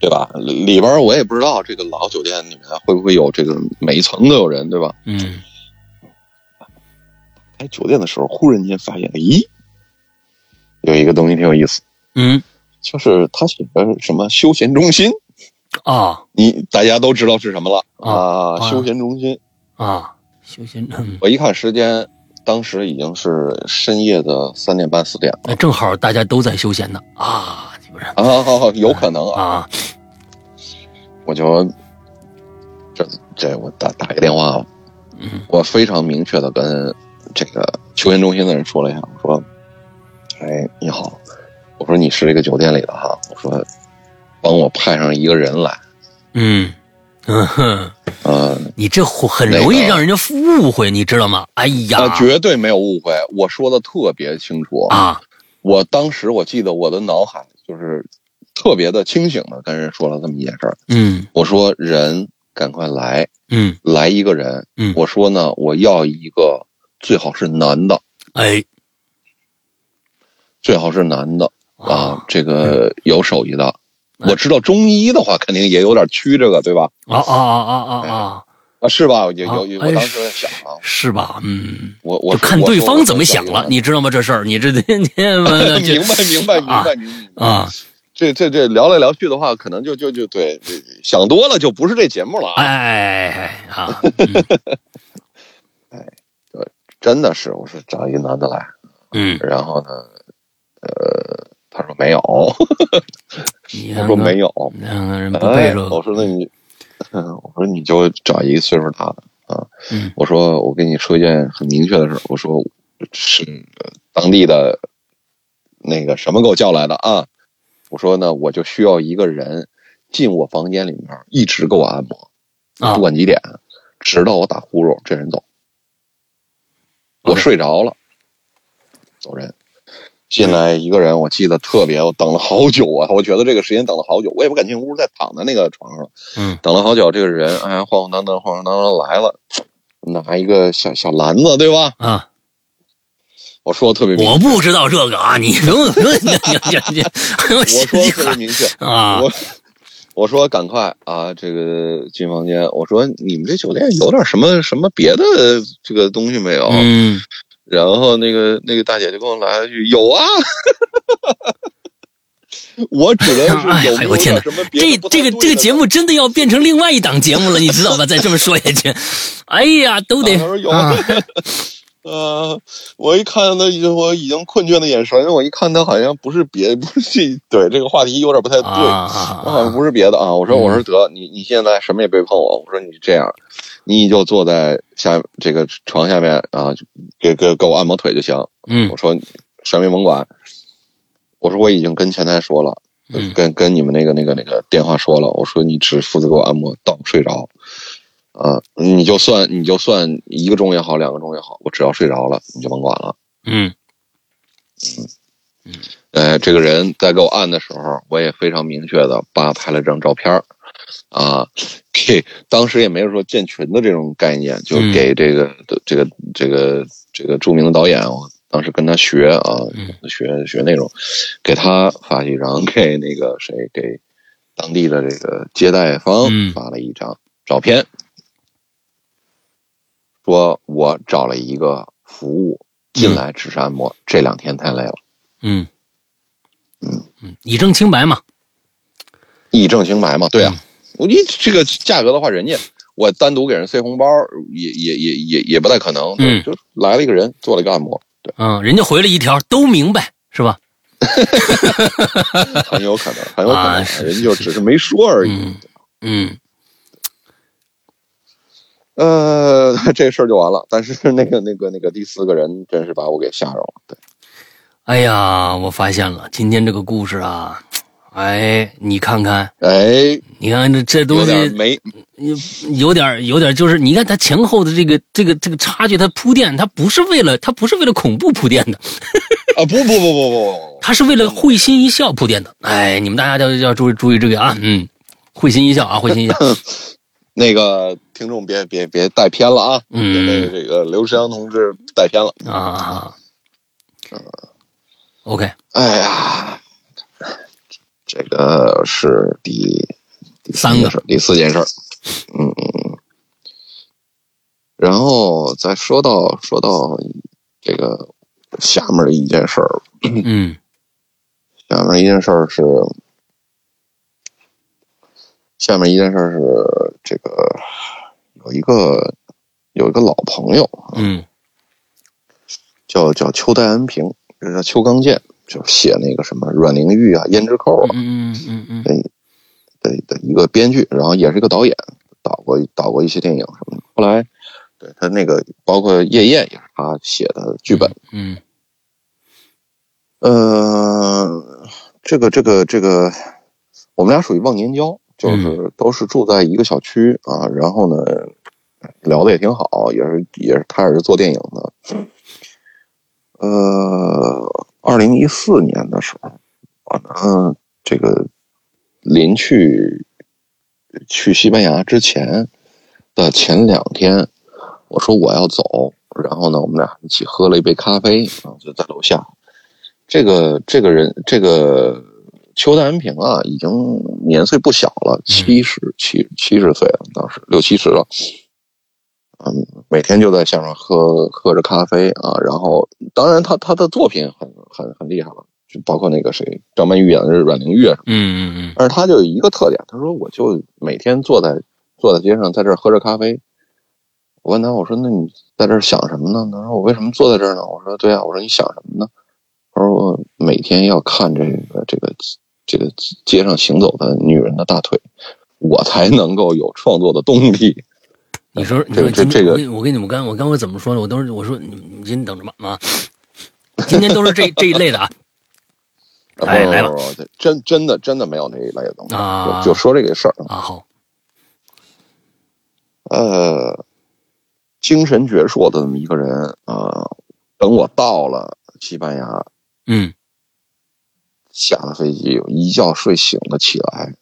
Speaker 2: 对吧？里里边儿我也不知道这个老酒店里面会不会有这个每一层都有人，对吧？
Speaker 1: 嗯
Speaker 2: 开酒店的时候，忽然间发现，咦，有一个东西挺有意思，
Speaker 1: 嗯
Speaker 2: 就是它写的什么休闲中心，
Speaker 1: 啊
Speaker 2: 你大家都知道是什么了
Speaker 1: 啊啊
Speaker 2: 休闲中心。
Speaker 1: 啊，休闲嗯，
Speaker 2: 我一看时间，当时已经是深夜的三点半四点了
Speaker 1: 那哎正好大家都在休闲呢啊，基本上
Speaker 2: 啊，有可能啊，
Speaker 1: 啊，哎
Speaker 2: 我就这这我打打一个电话，
Speaker 1: 嗯
Speaker 2: 我非常明确的跟这个球员中心的人说了一下，我说，哎，你好，我说你是这个酒店里的哈，我说帮我派上一个人来，
Speaker 1: 嗯嗯哼，
Speaker 2: 呃，
Speaker 1: 你这很容易让人家误会，你知道吗？哎呀
Speaker 2: 啊，绝对没有误会，我说的特别清楚，
Speaker 1: 啊，
Speaker 2: 我当时我记得我的脑海就是特别的清醒的跟人说了这么一件事儿。
Speaker 1: 嗯
Speaker 2: 我说人赶快来，
Speaker 1: 嗯
Speaker 2: 来一个人。
Speaker 1: 嗯
Speaker 2: 我说呢，我要一个最好是男的，
Speaker 1: 哎
Speaker 2: 最好是男的啊，这个有手艺的。
Speaker 1: 嗯
Speaker 2: 我知道中医的话，肯定也有点虚这个，对吧？
Speaker 1: 啊啊啊啊啊啊，
Speaker 2: 啊，是吧？有有有，
Speaker 1: 啊哎
Speaker 2: 我当时在想啊，
Speaker 1: 是吧？嗯，
Speaker 2: 我我
Speaker 1: 就看
Speaker 2: 我
Speaker 1: 对
Speaker 2: 说
Speaker 1: 方
Speaker 2: 我
Speaker 1: 怎么想了，你知道吗？这事儿，你这天天
Speaker 2: *laughs* 明白明白明白
Speaker 1: 啊
Speaker 2: 明白明白
Speaker 1: 啊，
Speaker 2: 这这这聊来聊去的话，可能就就就对，这想多了就不是这节目了啊！
Speaker 1: 哎哎
Speaker 2: *laughs*
Speaker 1: 啊，
Speaker 2: 真的是，我说找一个男的来，
Speaker 1: 嗯，
Speaker 2: 然后呢，呃，他说没有，
Speaker 1: 你
Speaker 2: 我
Speaker 1: 看
Speaker 2: 说
Speaker 1: 看，
Speaker 2: 没有，
Speaker 1: 你看看人不背
Speaker 2: 哎，
Speaker 1: 着，
Speaker 2: 我说那你， *laughs* 我说你就找一个岁数大的啊
Speaker 1: 嗯。
Speaker 2: 我说我跟你说一件很明确的事儿，我说是呃当地的那个什么给我叫来的啊。我说呢，我就需要一个人进我房间里面一直给我按摩，
Speaker 1: 啊
Speaker 2: 不管几点，直到我打呼噜，这人走。我
Speaker 1: OK
Speaker 2: 睡着了，走人。进来一个人，我记得特别，我等了好久啊，我觉得这个时间等了好久，我也不敢进屋，再躺在那个床上，
Speaker 1: 嗯，
Speaker 2: 等了好久，这个人哎呀晃晃荡荡晃晃荡荡来了，拿一个小小篮子，对吧？
Speaker 1: 啊，
Speaker 2: 我说的特别明，
Speaker 1: 我不知道这个啊，你不用，你你你你，我
Speaker 2: 我
Speaker 1: 心
Speaker 2: 说
Speaker 1: 里
Speaker 2: 的特别
Speaker 1: 喊
Speaker 2: 明确，
Speaker 1: 啊，
Speaker 2: 我我说赶快啊，这个进房间，我说你们这酒店有点什么什么别的这个东西没有？
Speaker 1: 嗯，
Speaker 2: 然后那个那个大姐就跟我来了一句：“
Speaker 1: *laughs*
Speaker 2: 有啊。”我指的是有
Speaker 1: 哎
Speaker 2: 没
Speaker 1: 呦
Speaker 2: 有
Speaker 1: 我天哪
Speaker 2: 点什么别的
Speaker 1: 这
Speaker 2: 不太
Speaker 1: 这个
Speaker 2: 对
Speaker 1: 这个
Speaker 2: 的
Speaker 1: 节目真的要变成另外一档节目了，你知道吧？再这么说下去，哎呀，都得
Speaker 2: 啊他说有
Speaker 1: 啊，
Speaker 2: 呃，我一看他已经，我已经困倦的眼神，我一看他好像不是别， *laughs* 不是对这个话题有点不太对，
Speaker 1: 啊嗯
Speaker 2: 我好像不是别的啊。我说，我说得你你现在什么也别碰我，我说你这样，你就坐在下这个床下面啊，就给给给我按摩腿就行。
Speaker 1: 嗯
Speaker 2: 我说什么也甭管，我说我已经跟前台说了，
Speaker 1: 嗯
Speaker 2: 跟跟你们那个那个那个电话说了，我说你只负责给我按摩到我睡着。啊，你就算你就算一个钟也好，两个钟也好，我只要睡着了，你就甭管了。
Speaker 1: 嗯
Speaker 2: 呃，这个人在给我按的时候，我也非常明确的帮他拍了张照片儿啊，给当时也没有说建群的这种概念，就
Speaker 1: 嗯
Speaker 2: 给这个、这个这个这个著名的导演，我当时跟他学啊，
Speaker 1: 嗯
Speaker 2: 学学内容，给他发一张，给那个谁给当地的这个接待方
Speaker 1: 嗯
Speaker 2: 发了一张照片，说我找了一个服务进来只是按摩，这两天太累了。
Speaker 1: 嗯嗯，以证清白嘛，
Speaker 2: 以正清白嘛，对啊，我你这个价格的话，人家我单独给人塞红包，也也也也也不太可能，对
Speaker 1: 嗯
Speaker 2: 就来了一个人做了一个按
Speaker 1: *laughs*
Speaker 2: 摩，
Speaker 1: 嗯，人家回了一条都明白是吧？
Speaker 2: 很有可能，很有可
Speaker 1: 啊
Speaker 2: 能，
Speaker 1: 是
Speaker 2: 人
Speaker 1: 是
Speaker 2: 家就是只是没说而已。
Speaker 1: 嗯嗯
Speaker 2: 呃， *laughs* 这事儿就完了。但是那个那个那个第四个人真是把我给吓着了，对，
Speaker 1: 哎呀，我发现了，今天这个故事啊，哎，你看看，
Speaker 2: 哎，
Speaker 1: 你看这这东
Speaker 2: 有
Speaker 1: 西
Speaker 2: 点没
Speaker 1: 有有点儿有点儿就是，你看它前后的这个这个这个差距，它铺垫，它不是为了它不是为了恐怖铺垫的，
Speaker 2: 啊，不不不不不不，
Speaker 1: 它是为了会心一笑铺垫的。哎，你们大家要要注意注意这个啊，嗯，会心一笑啊，会心一
Speaker 2: *laughs*
Speaker 1: 笑。
Speaker 2: 那个听众别别别带偏了啊，
Speaker 1: 嗯
Speaker 2: 这个这个刘世阳同志带偏了，
Speaker 1: 啊。OK，
Speaker 2: 哎呀，这个是第第四
Speaker 1: 三个
Speaker 2: 件事，第四件事儿，嗯嗯嗯。然后再说到说到这个下面的一件事儿，
Speaker 1: 嗯
Speaker 2: 下面一件事儿是，下面一件事儿是这个有一个有一个老朋友
Speaker 1: 嗯
Speaker 2: 叫叫邱戴安平，这叫邱刚健，就写那个什么阮玲玉啊、胭脂扣啊
Speaker 1: 嗯，嗯嗯嗯
Speaker 2: 的的的一个编剧，然后也是一个导演，导过导过一些电影什么的。后来，对他那个包括《夜宴》也是他写的剧本。
Speaker 1: 嗯
Speaker 2: 呃，这个这个这个，我们俩属于忘年交，就是都是住在一个小区啊，然后呢聊的也挺好，也是也是他也是做电影的。呃，二零一四年呃的时候，我呢这个临去去西班牙之前的前两天，我说我要走，然后呢，我们俩一起喝了一杯咖啡啊，就在楼下。这个这个人，这个邱丹平啊，已经年岁不小了，七十七七十岁了，当时六七十了。嗯，每天就在下面喝喝着咖啡啊，然后当然他他的作品很很很厉害了，就包括那个谁张曼玉演的是阮玲玉，
Speaker 1: 嗯嗯
Speaker 2: 但是他就有一个特点，他说我就每天坐在坐在街上，在这儿喝着咖啡。我问他，我说那你在这儿想什么呢？他说我为什么坐在这儿呢？我说对啊，我说你想什么呢？他说我每天要看这个这个这个街上行走的女人的大腿，我才能够有创作的动力。
Speaker 1: 你说你
Speaker 2: 这
Speaker 1: 说
Speaker 2: 个这
Speaker 1: 今
Speaker 2: 这个
Speaker 1: 我跟我跟你们刚我刚我怎么说呢？我都是我说你你今天等着吧啊，今天都是这这一类的啊。来
Speaker 2: 不
Speaker 1: 哎来吧
Speaker 2: 不不不真真的真的没有那一类的东西，
Speaker 1: 啊
Speaker 2: 就就说这个事儿。
Speaker 1: 啊好，
Speaker 2: 呃，精神矍铄的这么一个人啊、等我到了西班牙，
Speaker 1: 嗯
Speaker 2: 下了飞机，一觉睡醒了起来，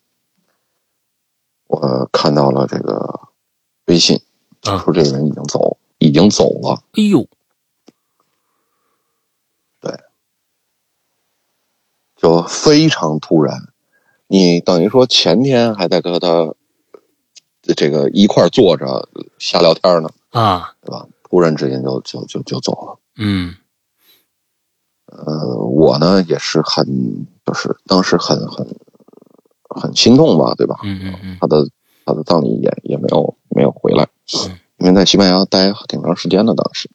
Speaker 2: 我看到了这个微信，
Speaker 1: 啊
Speaker 2: 说这个人已经走，已经走了。
Speaker 1: 哎呦
Speaker 2: 就非常突然。你等于说前天还在跟他这个一块儿坐着瞎聊天呢，
Speaker 1: 啊
Speaker 2: 对吧？突然之间就就就就走了。
Speaker 1: 嗯
Speaker 2: 呃，我呢也是很就是当时很很很心痛吧，对吧？
Speaker 1: 嗯嗯嗯
Speaker 2: 他的他的葬礼也也没有没有回来
Speaker 1: 嗯，
Speaker 2: 因为在西班牙待挺长时间的，当时。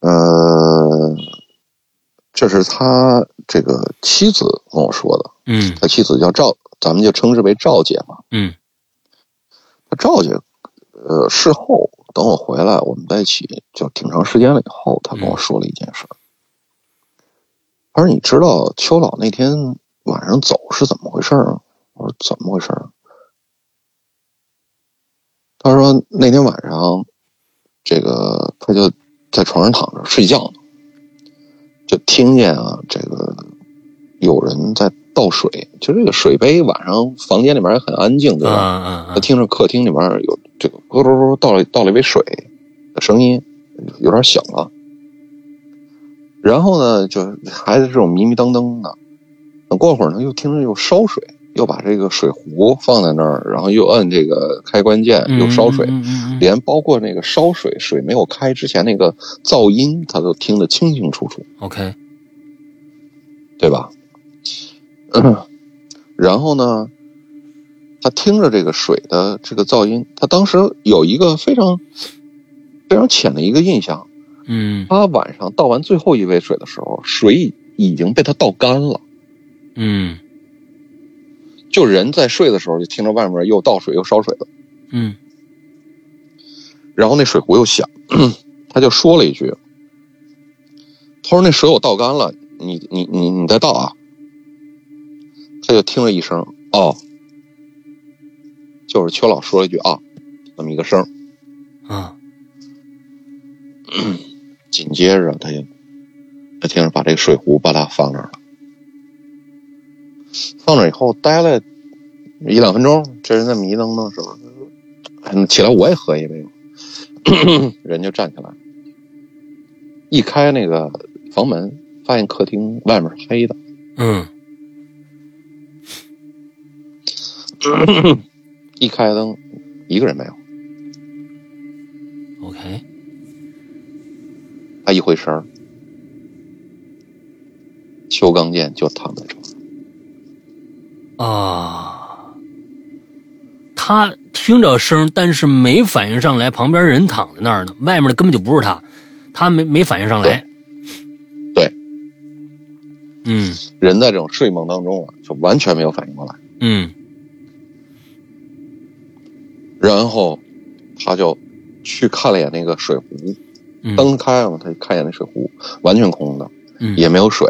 Speaker 2: 呃，这是他这个妻子跟我说的。
Speaker 1: 嗯
Speaker 2: 他妻子叫赵，咱们就称之为赵姐吧。
Speaker 1: 嗯
Speaker 2: 他赵姐，呃，事后等我回来，我们在一起就挺长时间了以后，他跟我说了一件事儿。他说：“你知道邱老那天晚上走是怎么回事儿吗？”我说：“怎么回事儿啊？”他说：“那天晚上，这个他就在床上躺着睡觉呢，就听见啊，这个有人在倒水，就这个水杯晚上房间里面很安静，对
Speaker 1: 啊
Speaker 2: 吧？
Speaker 1: 啊啊
Speaker 2: 他听着客厅里面有这个咕噜噜倒了倒了一杯水的声音，有点响了。然后呢，就还是这种迷迷瞪瞪的。等过会儿呢，又听着又烧水，又把这个水壶放在那儿，然后又按这个开关键，又烧水，
Speaker 1: 嗯嗯嗯嗯
Speaker 2: 连包括那个烧水水没有开之前那个噪音，他都听得清清楚楚。
Speaker 1: OK
Speaker 2: 对吧？ *clears throat* 然后呢，他听着这个水的这个噪音，他当时有一个非常非常浅的一个印象，
Speaker 1: 嗯
Speaker 2: 他晚上倒完最后一杯水的时候，水已已经被他倒干了。
Speaker 1: 嗯
Speaker 2: 就人在睡的时候，就听着外面又倒水又烧水的，
Speaker 1: 嗯
Speaker 2: 然后那水壶又响，他就说了一句：“他说那水我倒干了，你你你你再倒啊。”他就听了一声“哦”，就是邱老说了一句“啊”，那么一个声儿。
Speaker 1: 啊
Speaker 2: 紧接着他就他听着把这个水壶把它放那儿了，放那儿以后待了一两分钟，这人在迷瞪瞪什么，嗯起来我也喝一杯吧， *clears throat* 人就站起来，一开那个房门，发现客厅外面是黑的，
Speaker 1: 嗯
Speaker 2: 一开灯，一个人没有，
Speaker 1: OK
Speaker 2: 他一回身儿，邱刚健就躺在床上。
Speaker 1: 啊，他听着声，但是没反应上来，旁边人躺在那儿呢，外面的根本就不是他，他没没反应上来。
Speaker 2: 对，
Speaker 1: 嗯
Speaker 2: 人在这种睡梦当中啊，就完全没有反应过来。
Speaker 1: 嗯
Speaker 2: 然后他就去看了一眼那个水壶，
Speaker 1: 嗯，
Speaker 2: 灯开了嘛，他就看一眼那水壶，完全空的，
Speaker 1: 嗯
Speaker 2: 也没有水，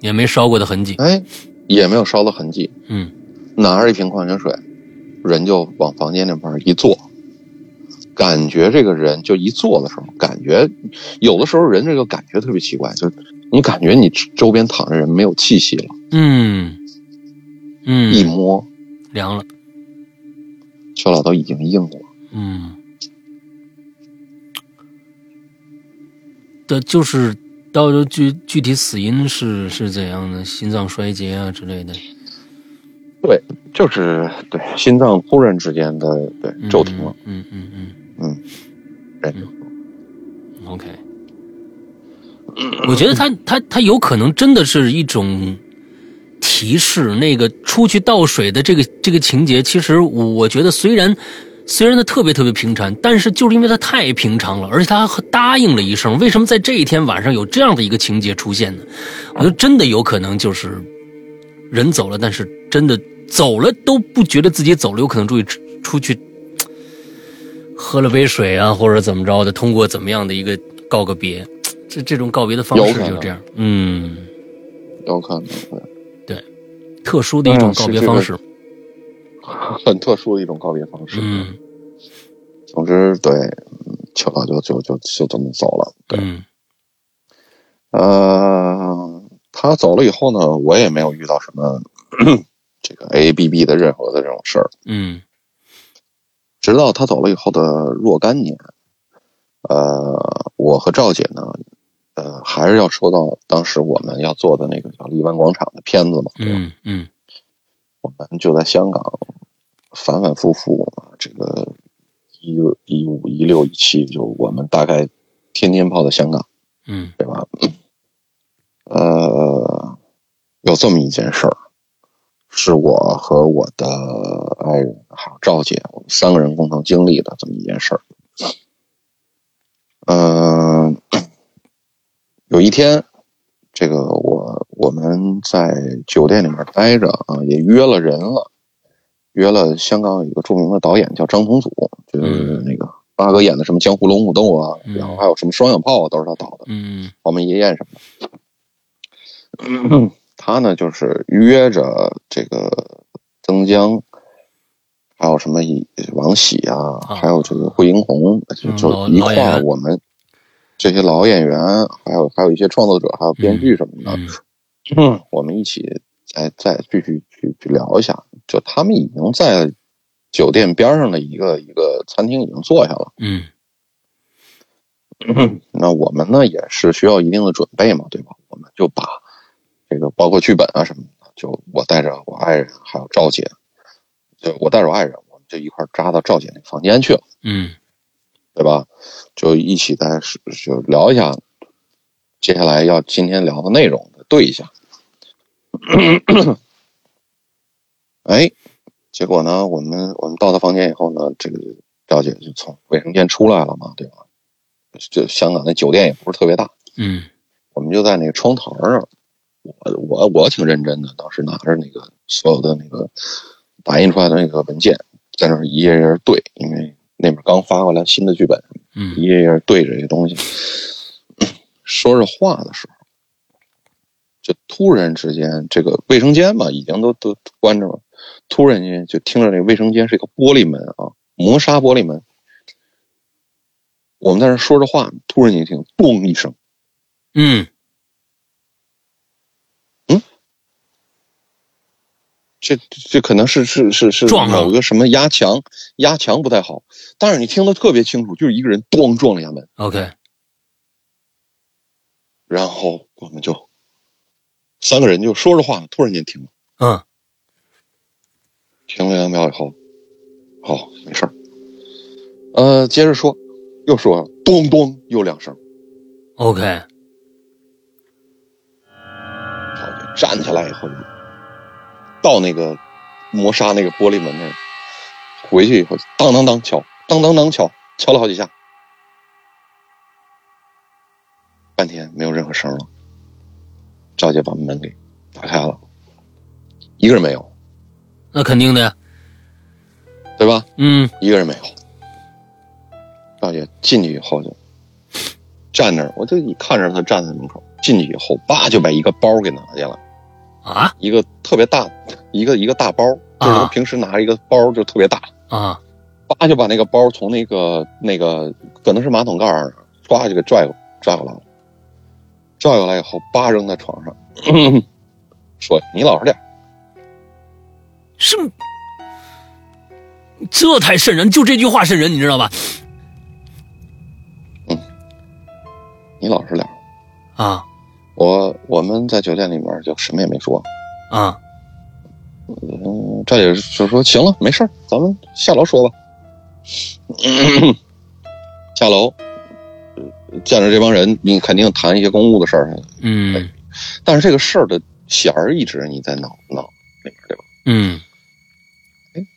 Speaker 1: 也没烧过的痕迹。
Speaker 2: 哎，也没有烧的痕迹。
Speaker 1: 嗯
Speaker 2: 拿着一瓶矿泉水，人就往房间那边一坐，感觉这个人就一坐的时候，感觉有的时候人这个感觉特别奇怪，就你感觉你周边躺着人没有气息了，
Speaker 1: 嗯
Speaker 2: 一
Speaker 1: 嗯，
Speaker 2: 摸
Speaker 1: 凉了。
Speaker 2: 缺老头已经硬了。
Speaker 1: 嗯，的就是到时候具具体死因是是怎样的，心脏衰竭啊之类的。
Speaker 2: 对，就是对心脏突然之间的对
Speaker 1: 嗯
Speaker 2: 骤停了，。
Speaker 1: 嗯嗯嗯
Speaker 2: 对
Speaker 1: 嗯，OK。我觉得他他他有可能真的是一种提示。那个出去倒水的这个这个情节，其实我我觉得虽然虽然它特别特别平常，但是就是因为它太平常了，而且他答应了一声，为什么在这一天晚上有这样的一个情节出现呢？我觉得真的有可能就是人走了，但是真的走了都不觉得自己走了，有可能出去出去喝了杯水啊，或者怎么着的，通过怎么样的一个告个别，这这种告别的方
Speaker 2: 有
Speaker 1: 式
Speaker 2: 可能
Speaker 1: 就这样，嗯，
Speaker 2: 有可能对
Speaker 1: 特殊的一
Speaker 2: 嗯
Speaker 1: 种告别方式，
Speaker 2: 很特殊的一种告别方式。
Speaker 1: 嗯
Speaker 2: 总之对，嗯邱老就就就就这么走了。对，
Speaker 1: 嗯
Speaker 2: 呃，他走了以后呢，我也没有遇到什么这个 A A B B 的任何的这种事儿，
Speaker 1: 嗯
Speaker 2: 直到他走了以后的若干年，呃，我和赵姐呢，呃，还是要说到当时我们要做的那个叫《荔湾广场》的片子嘛，对吧
Speaker 1: 嗯嗯
Speaker 2: 我们就在香港反反复复啊，这个一一五一六一七，就我们大概天天泡在香港，
Speaker 1: 嗯
Speaker 2: 对吧？呃，有这么一件事儿，是我和我的哎爱人还有赵姐，啊我们三个人共同经历的这么一件事儿。嗯、有一天，这个我我们在酒店里面待着啊，也约了人了，约了香港有一个著名的导演叫张同祖，就是那个八哥演的什么《江湖龙虎斗》啊，
Speaker 1: 嗯
Speaker 2: 然后还有什么《双响炮》啊，都是他导的，《
Speaker 1: 嗯
Speaker 2: 豪门夜宴》什么的。 *clears throat* 他呢，就是约着这个曾江，还有什么王喜啊，
Speaker 1: 啊
Speaker 2: 还有这个惠英红，就
Speaker 1: 嗯老
Speaker 2: 就一
Speaker 1: 老
Speaker 2: 块
Speaker 1: 演
Speaker 2: 儿
Speaker 1: 员
Speaker 2: 我们这些老演员，还有还有一些创作者，还有编剧什么的，
Speaker 1: 嗯
Speaker 2: 嗯， *clears throat* 我们一起再再继续去去聊一下。就他们已经在酒店边上的一个一个餐厅已经坐下了。
Speaker 1: 嗯
Speaker 2: 那我们呢也是需要一定的准备嘛，对吧？我们就把这个包括剧本啊什么的，就我带着我爱人还有赵姐，就我带着我爱人，我们就一块儿扎到赵姐那房间去了，
Speaker 1: 嗯
Speaker 2: 对吧？就一起在是就聊一下接下来要今天聊的内容，对一下。 *coughs* 哎，结果呢，我们我们到他房间以后呢，这个赵姐就从卫生间出来了嘛，对吧？就香港那酒店也不是特别大，
Speaker 1: 嗯
Speaker 2: 我们就在那个窗台上，我我我挺认真的，当时拿着那个所有的那个打印出来的那个文件，在那儿一页一页对，因为那边刚发过来新的剧本，一
Speaker 1: 嗯
Speaker 2: 页一页对着这东西。说着话的时候，就突然之间，这个卫生间嘛，已经都都关着了，突然间就听着那个卫生间是一个玻璃门啊，磨砂玻璃门。我们在那儿说着话，突然间一听“咚”一声。
Speaker 1: 嗯
Speaker 2: 这这可能是是是是
Speaker 1: 撞上了
Speaker 2: 某个什么压墙，压墙不太好，但是你听得特别清楚，就是一个人咣撞了一下门，
Speaker 1: ，OK，
Speaker 2: 然后我们就三个人就说着话呢，突然间停了，
Speaker 1: 嗯
Speaker 2: 停了两秒以后，好，没事儿，呃，接着说，又说了咚咚又两声，
Speaker 1: ，OK，
Speaker 2: 好，就站起来以后，到那个磨砂那个玻璃门那儿，回去以后当当当敲，当当当敲，敲了好几下，半天没有任何声了。赵姐把门给打开了，一个人没有，
Speaker 1: 那肯定的呀，
Speaker 2: 对吧？
Speaker 1: 嗯
Speaker 2: 一个人没有。赵姐进去以后就站那儿，我就一看着她站在门口。进去以后，叭就把一个包给拿下来，
Speaker 1: 啊
Speaker 2: 一个特别大，一个一个大包，就是他平时拿一个包就特别大，
Speaker 1: 啊
Speaker 2: 叭就把那个包从那个那个可能是马桶盖儿，唰就给拽过拽过来了，拽过来以后，叭扔在床上， *coughs* 说你老实点儿，
Speaker 1: 是这才瘆人，就这句话瘆人，你知道吧？
Speaker 2: 你老实点儿。
Speaker 1: 啊
Speaker 2: 我我们在酒店里面就什么也没说，
Speaker 1: 啊，
Speaker 2: 嗯，赵姐就说行了，没事儿，咱们下楼说吧。 *coughs* 下楼，呃见着这帮人，你肯定谈一些公务的事儿，
Speaker 1: 嗯
Speaker 2: 但是这个事儿的弦儿一直你在脑脑里面，对吧？
Speaker 1: 嗯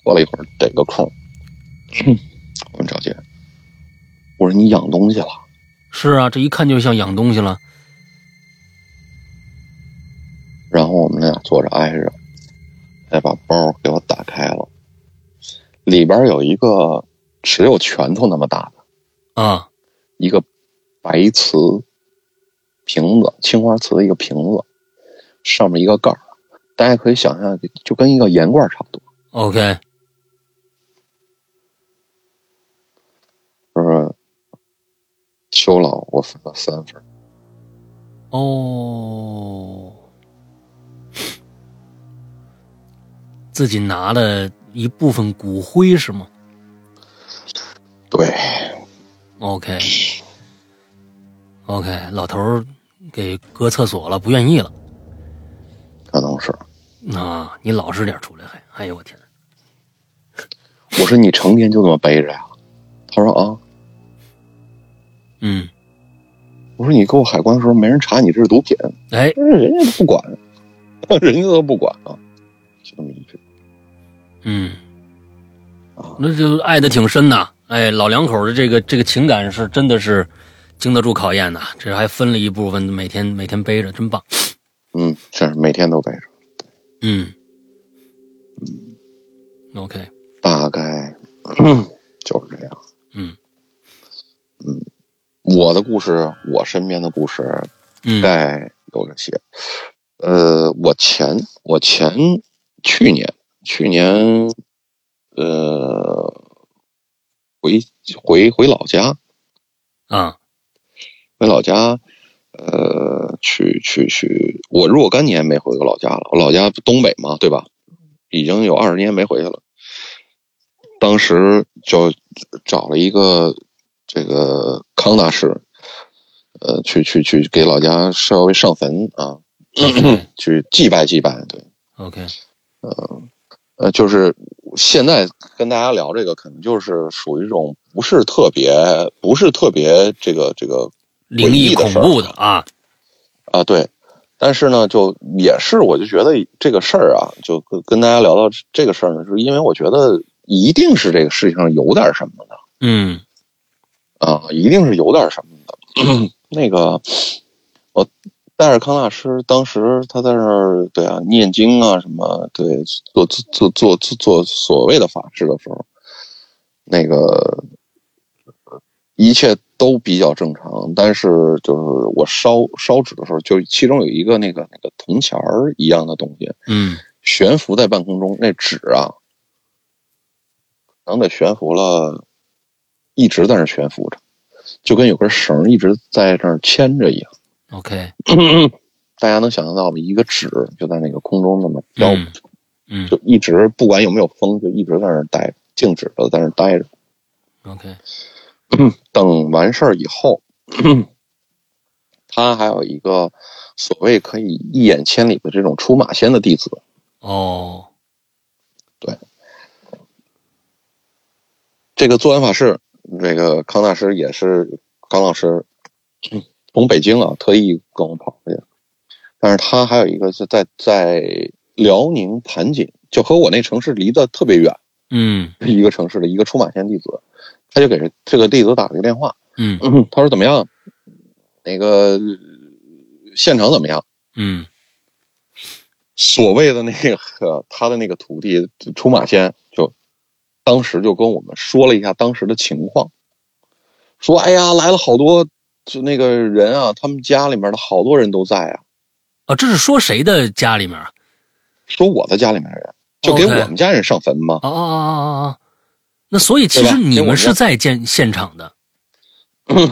Speaker 2: 过了一会儿逮个空，我问赵姐，我说你养东西了？
Speaker 1: 是啊，这一看就像养东西了。
Speaker 2: 然后我们俩坐着挨着，再把包给我打开了，里边有一个只有拳头那么大的
Speaker 1: 啊
Speaker 2: 一个白瓷瓶子，青花瓷的一个瓶子，上面一个盖儿，大家可以想象，就跟一个盐罐差不多，
Speaker 1: ，OK，
Speaker 2: 就是秋老我分了三分，
Speaker 1: 哦，自己拿了一部分骨灰是吗
Speaker 2: 对，
Speaker 1: ？OK OK，老头儿给搁厕所了，不愿意了。
Speaker 2: 可能是。
Speaker 1: 啊，你老实点儿出来还，哎呦我天，
Speaker 2: 我说你成天就这么背着呀？他说啊，
Speaker 1: 嗯，
Speaker 2: 我说你给我海关的时候没人查你这是毒品，
Speaker 1: 哎，
Speaker 2: 但是人家都不管， *laughs* 人家都不管啊，就这么一句
Speaker 1: 嗯，
Speaker 2: 啊。
Speaker 1: 那就爱的挺深呐。哎，老两口的这个这个情感是真的是经得住考验呐。这还分了一部分，每天每天背着，真棒。
Speaker 2: 嗯，是每天都背着。
Speaker 1: 嗯，OK，
Speaker 2: 大概就是这样。嗯
Speaker 1: 嗯
Speaker 2: 我的故事，我身边的故事，大
Speaker 1: 嗯
Speaker 2: 概有这些。呃，我前我前去年去年，呃，回回回老家，
Speaker 1: 啊
Speaker 2: 回老家，呃，去去去，我若干年没回过老家了。我老家东北嘛，对吧？已经有二十年没回去了。当时就找了一个这个康大师，呃，去去去给老家稍微上坟啊，去祭拜祭拜。对，
Speaker 1: ，OK，
Speaker 2: 呃，就是现在跟大家聊这个，可能就是属于一种不是特别不是特别这个这个
Speaker 1: 灵异恐怖的啊，
Speaker 2: 啊，对。但是呢，就也是，我就觉得这个事儿啊，就跟跟大家聊到这个事儿呢，是因为我觉得一定是这个世界上有点什么的
Speaker 1: 嗯
Speaker 2: 啊，一定是有点什么的。 *clears throat* 那个，我带着康大师，当时他在那儿对啊念经啊什么，对做做做做做所谓的法事的时候，那个一切都比较正常，但是就是我烧烧纸的时候，就其中有一个那个那个铜钱儿一样的东西
Speaker 1: 嗯
Speaker 2: 悬浮在半空中，那纸啊，可能得悬浮了，一直在那儿悬浮着，就跟有根绳儿一直在那儿牵着一样。
Speaker 1: ，OK，
Speaker 2: 大家能想象到吗？一个纸就在那个空中那么飘，
Speaker 1: 嗯嗯
Speaker 2: 就一直不管有没有风，就一直在那儿待着，静止的在那儿待着。
Speaker 1: ，OK，
Speaker 2: 等完事儿以后，他还有一个所谓可以一眼千里的这种出马仙的弟子，
Speaker 1: 哦，
Speaker 2: 这个做完法事，这个康大师也是康老师嗯从北京啊特意跟我跑过去，但是他还有一个是在在辽宁盘锦，就和我那城市离得特别远，
Speaker 1: 嗯
Speaker 2: 一个城市的一个出马仙弟子，他就给这个弟子打了个电话，
Speaker 1: 嗯
Speaker 2: 他说怎么样，那个现场怎么样？
Speaker 1: 嗯
Speaker 2: 所谓的那个呃他的那个徒弟出马仙，就当时就跟我们说了一下当时的情况，说哎呀来了好多就那个人啊，他们家里面的好多人都在啊，
Speaker 1: 啊，这是说谁的家里面啊？
Speaker 2: 说我的家里面的人，就给
Speaker 1: OK
Speaker 2: 我们家人上坟嘛。
Speaker 1: 哦哦哦哦哦，那所以其实你们是在现现场的，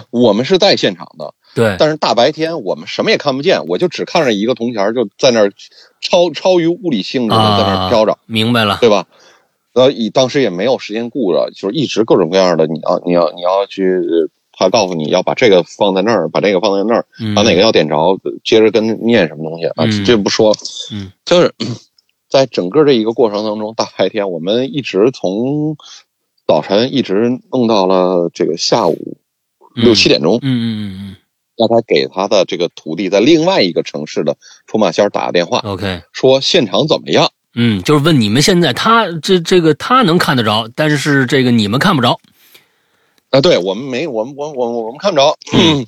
Speaker 2: 我们是在现场的，
Speaker 1: 对，
Speaker 2: 但是大白天我们什么也看不见，我就只看着一个铜钱儿就在那儿超超于物理性质的在那儿飘着，
Speaker 1: 明白了，
Speaker 2: 对吧？那以当时也没有时间顾着，就是一直各种各样的，你要你要你要去，他告诉你要把这个放在那儿，把这个放在那儿，把哪个要点着，接着跟念什么东西啊
Speaker 1: 嗯，
Speaker 2: 这不说，
Speaker 1: 嗯，
Speaker 2: 就是 *clears throat* 在整个这一个过程当中，大白天我们一直从早晨一直弄到了这个下午六七点钟，
Speaker 1: 嗯，嗯嗯嗯
Speaker 2: 让他给他的这个徒弟在另外一个城市的出马仙儿打个电话，
Speaker 1: 嗯，OK，
Speaker 2: 说现场怎么样。
Speaker 1: 嗯，就是问你们现在他这这个他能看得着，但是这个你们看不着，
Speaker 2: 啊，对我们没，我们我我我们看不着。
Speaker 1: 嗯
Speaker 2: *clears throat*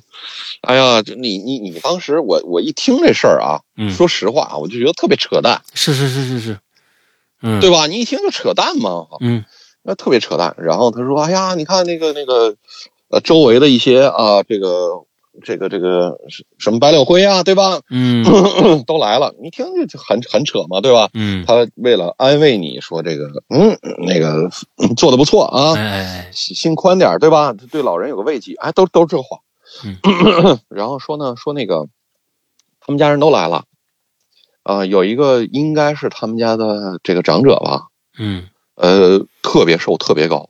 Speaker 2: 哎呀，这你你你当时我我一听这事儿啊，
Speaker 1: 嗯
Speaker 2: 说实话啊，我就觉得特别扯淡，
Speaker 1: 是是是是是，嗯，
Speaker 2: 对吧？你一听就扯淡嘛，
Speaker 1: 嗯
Speaker 2: 那特别扯淡。然后他说：“哎呀，你看那个那个，呃，周围的一些啊，这个这个这个什么白柳灰啊，对吧？ *clears throat* *laughs*
Speaker 1: 嗯
Speaker 2: 都来了，你一听就就很很扯嘛，对吧？”
Speaker 1: 嗯，
Speaker 2: 他为了安慰你说这个，嗯，那个嗯做的不错啊，
Speaker 1: 哎哎，
Speaker 2: 心心宽点儿，对吧？对老人有个慰藉，哎，都都是这话。 *clears throat* 然后说呢，说那个他们家人都来了，啊，有一个应该是他们家的这个长者吧，
Speaker 1: 嗯
Speaker 2: 呃，特别瘦，特别高，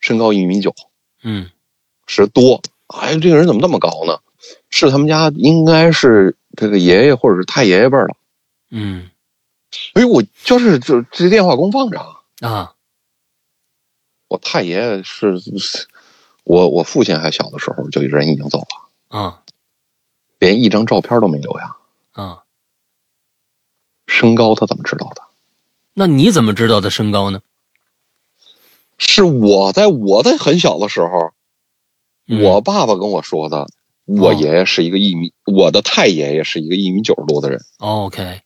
Speaker 2: 身高一米九
Speaker 1: 嗯
Speaker 2: 十多，哎，这个人怎么那么高呢？是他们家应该是这个爷爷或者是太爷爷辈儿了。
Speaker 1: 嗯
Speaker 2: 哎呦，我就是这这电话公放着啊，
Speaker 1: 啊，
Speaker 2: 我太爷爷是，我我父亲还小的时候就人已经走了。
Speaker 1: 啊
Speaker 2: 连一张照片都没留呀。
Speaker 1: 啊，
Speaker 2: 身高他怎么知道的？
Speaker 1: 那你怎么知道他身高呢？
Speaker 2: 是我在我在很小的时候，
Speaker 1: 嗯
Speaker 2: 我爸爸跟我说的。我爷爷是一个一米，我的太爷爷是一个一米九十多的人。
Speaker 1: 哦 OK，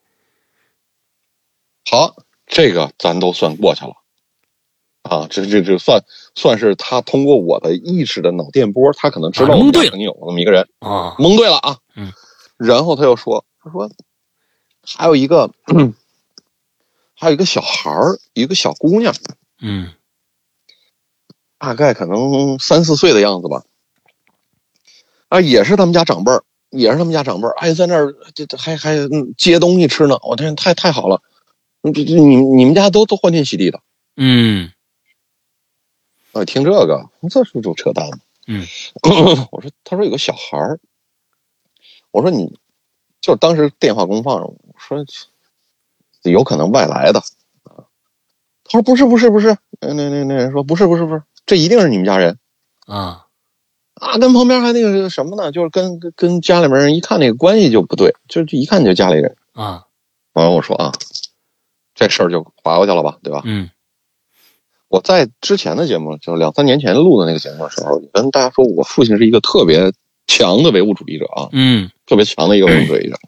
Speaker 2: 好，这个咱都算过去了，啊，这这这算算是他通过我的意识的脑电波，他可能知道
Speaker 1: 啊
Speaker 2: 我
Speaker 1: 蒙
Speaker 2: 们
Speaker 1: 对了
Speaker 2: 曾经有过那么一个人，
Speaker 1: 啊，
Speaker 2: 蒙对了啊。
Speaker 1: 嗯，
Speaker 2: 然后他又说，他说还有一个， *clears throat* 还有一个小孩儿，一个小姑娘，
Speaker 1: 嗯
Speaker 2: 大概可能三四岁的样子吧。啊，也是他们家长辈儿，也是他们家长辈儿，哎，在那儿这这还还嗯接东西吃呢。我天，太太好了！嗯这这你你们家都都欢天喜地的。
Speaker 1: 嗯
Speaker 2: 啊，听这个，这是不是就扯淡了？
Speaker 1: 嗯，
Speaker 2: *clears throat* 我说，他说有个小孩儿，我说你，就是当时电话公放上，我说有可能外来的啊。他说不是不是不是，那那那那人说不是不是不是，这一定是你们家人。
Speaker 1: 啊
Speaker 2: 啊，跟旁边还那个什么呢，就是跟跟跟家里面人一看那个关系就不对，就就一看就家里人。
Speaker 1: 啊，
Speaker 2: 完了我说啊，这事儿就划过去了吧，对吧？
Speaker 1: 嗯
Speaker 2: 我在之前的节目，就两三年前录的那个节目的时候，跟大家说我父亲是一个特别强的唯物主义者啊，
Speaker 1: 嗯
Speaker 2: 特别强的一个唯物主义者。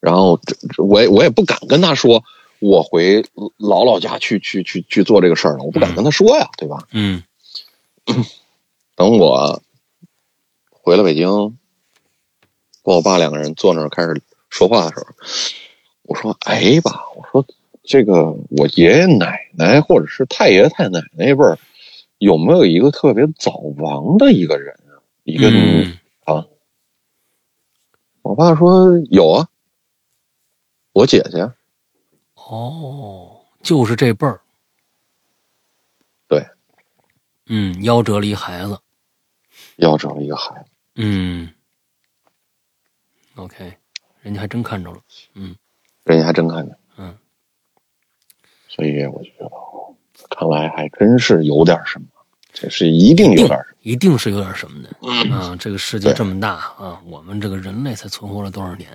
Speaker 2: 然后这这我也我也不敢跟他说，我回姥姥家去去去去做这个事儿了，我不敢跟他说呀，对吧？
Speaker 1: 嗯
Speaker 2: 等我回了北京，跟我爸两个人坐那儿开始说话的时候，我说：“哎吧，我说这个我爷爷奶奶或者是太爷爷太奶奶那辈儿，有没有一个特别早亡的一个人啊？一个、
Speaker 1: 嗯
Speaker 2: 我爸说有啊，我姐姐。
Speaker 1: 哦，就是这辈儿，
Speaker 2: 对，
Speaker 1: 嗯，夭折了一孩子，
Speaker 2: 要找一个孩子，
Speaker 1: 嗯，OK，人家还真看着了，
Speaker 2: 人家还真看见。
Speaker 1: 嗯，
Speaker 2: 所以我就觉得，哦看来还真是有点什么，这是一定有点什么。
Speaker 1: 一定是有点什么的。
Speaker 2: 嗯
Speaker 1: 啊，这个世界
Speaker 2: 对
Speaker 1: 这么大啊，我们这个人类才存活了多少年？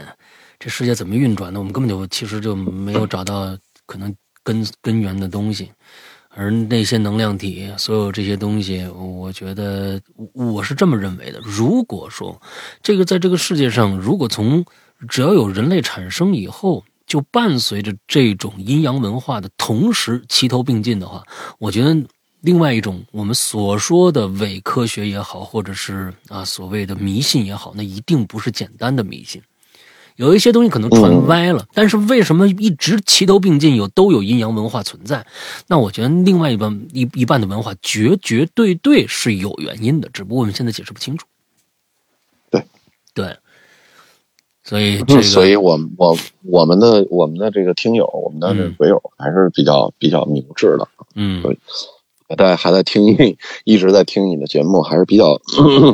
Speaker 1: 这世界怎么运转的？我们根本就其实就没有找到可能
Speaker 2: 嗯
Speaker 1: 根根源的东西，而那些能量体，所有这些东西，我觉得我是这么认为的。如果说这个在这个世界上，如果从只要有人类产生以后，就伴随着这种阴阳文化的同时齐头并进的话，我觉得另外一种我们所说的伪科学也好，或者是啊所谓的迷信也好，那一定不是简单的迷信。有一些东西可能传歪
Speaker 2: 嗯
Speaker 1: 了，但是为什么一直齐头并进有都有阴阳文化存在？那我觉得另外一半一一半的文化绝绝对对是有原因的，只不过我们现在解释不清楚。
Speaker 2: 对
Speaker 1: 对，所以这个，
Speaker 2: 嗯所以我们我我们的我们的这个听友，我们的这
Speaker 1: 嗯
Speaker 2: 鬼友还是比较比较明智的，
Speaker 1: 嗯
Speaker 2: 大家还在听你，一直在听你的节目，还是
Speaker 1: *laughs*
Speaker 2: 比较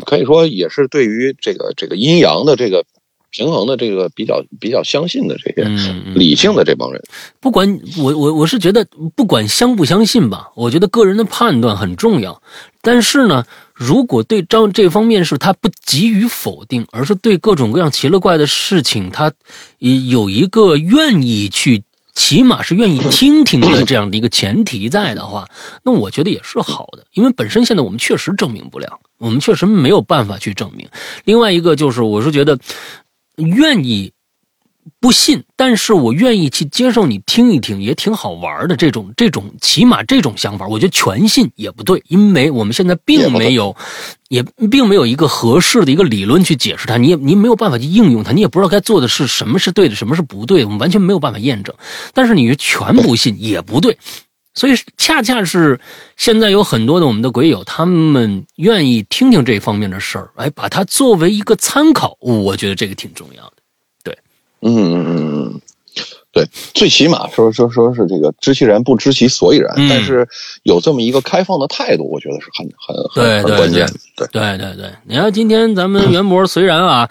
Speaker 2: 可以说也是对于这个这个阴阳的这个平衡的这个比较比较相信的这些
Speaker 1: 嗯，嗯
Speaker 2: 理性的这帮人。
Speaker 1: 不管我我我是觉得，不管相不相信吧，我觉得个人的判断很重要。但是呢，如果对张这方面是他不急于否定，而是对各种各样奇了怪的事情，他呃有一个愿意去，起码是愿意听听的这样的一个前提在的话，那我觉得也是好的，因为本身现在我们确实证明不了，我们确实没有办法去证明。另外一个就是，我是觉得愿意不信，但是我愿意去接受你听一听，也挺好玩的。这种这种，起码这种想法，我觉得全信也不对，因为我们现在并没有，也并没有一个合适的一个理论去解释它，你也你没有办法去应用它，你也不知道该做的是什么是对的，什么是不对的，我们完全没有办法验证。但是你全不信也不对，所以恰恰是现在有很多的我们的鬼友，他们愿意听听这方面的事儿，哎，把它作为一个参考，我觉得这个挺重要的。
Speaker 2: 嗯嗯嗯嗯，对，最起码说说说是这个知其然不知其所以然，
Speaker 1: 嗯
Speaker 2: 但是有这么一个开放的态度，我觉得是很很
Speaker 1: 对
Speaker 2: 很很
Speaker 1: 对
Speaker 2: 关键的。
Speaker 1: 对
Speaker 2: 对，
Speaker 1: 对对，你看今天咱们袁博虽然啊，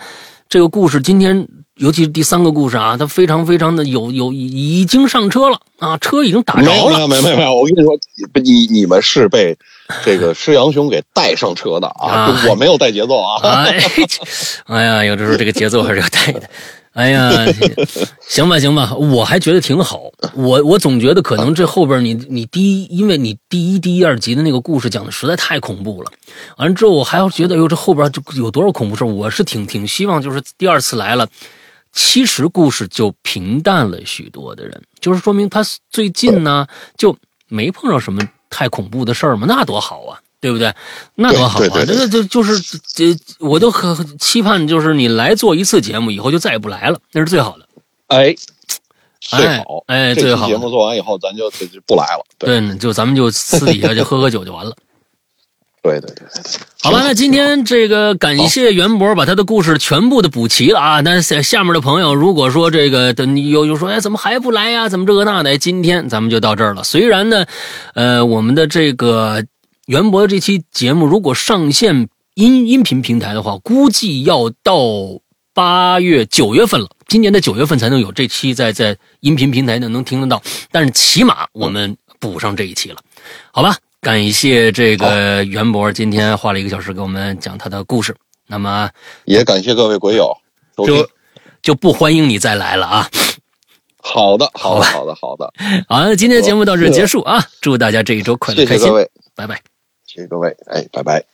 Speaker 1: 这个故事今天尤其是第三个故事啊，他非常非常的有有已经上车了啊，车已经打
Speaker 2: 没有
Speaker 1: 着
Speaker 2: 没
Speaker 1: 了。
Speaker 2: 有没有没有没有，我跟你说，你你们是被这个施阳兄给带上车的啊，
Speaker 1: 啊
Speaker 2: 我没有带节奏啊。
Speaker 1: 哎，哎呀，有的时候这个节奏还是要带的。哎呀， *laughs* 行吧，行吧，我还觉得挺好。我我总觉得可能这后边你你第一，因为你第一、第一二集的那个故事讲的实在太恐怖了。完了之后，我还要觉得，哟，哎这后边就有多少恐怖事儿我是挺挺希望，就是第二次来了，其实故事就平淡了许多的人，就是说明他最近呢就没碰到什么太恐怖的事儿嘛，那多好啊，对不对？那多好啊！
Speaker 2: 对对对
Speaker 1: 这个就就是这，我都很很期盼，就是你来做一次节目，以后就再也不来了，那是最好的。
Speaker 2: *laughs* 哎，最好
Speaker 1: 哎哎
Speaker 2: 这
Speaker 1: 最
Speaker 2: 期
Speaker 1: 好
Speaker 2: 节目做完以后，咱就就就不来了。对
Speaker 1: 对，就咱们就私底下就喝喝酒就完了。
Speaker 2: 对对对，
Speaker 1: 好吧，那今天这个感谢袁博把他的故事全部的补齐了啊。那下下面的朋友，如果说这个等你有有说哎怎么还不来呀，怎么这个那的，今天咱们就到这儿了。虽然呢，呃，我们的这个呃袁博这期节目如果上线音音频平台的话，估计要到八月九月份了，今年的九月份才能有这期在在音频平台呢能听得到。但是起码我们补上这一期了。好吧，感谢这个袁博今天花了一个小时给我们讲他的故事，那么
Speaker 2: 也感谢各位鬼友收听
Speaker 1: 就。就不欢迎你再来了啊！
Speaker 2: 好的，好的，好的，好的，
Speaker 1: 好，那今天节目到这儿结束啊，祝大家这一周快乐
Speaker 2: 谢
Speaker 1: 开
Speaker 2: 谢
Speaker 1: 心
Speaker 2: 各，位，
Speaker 1: 拜拜。
Speaker 2: 谢谢各位，哎，拜拜。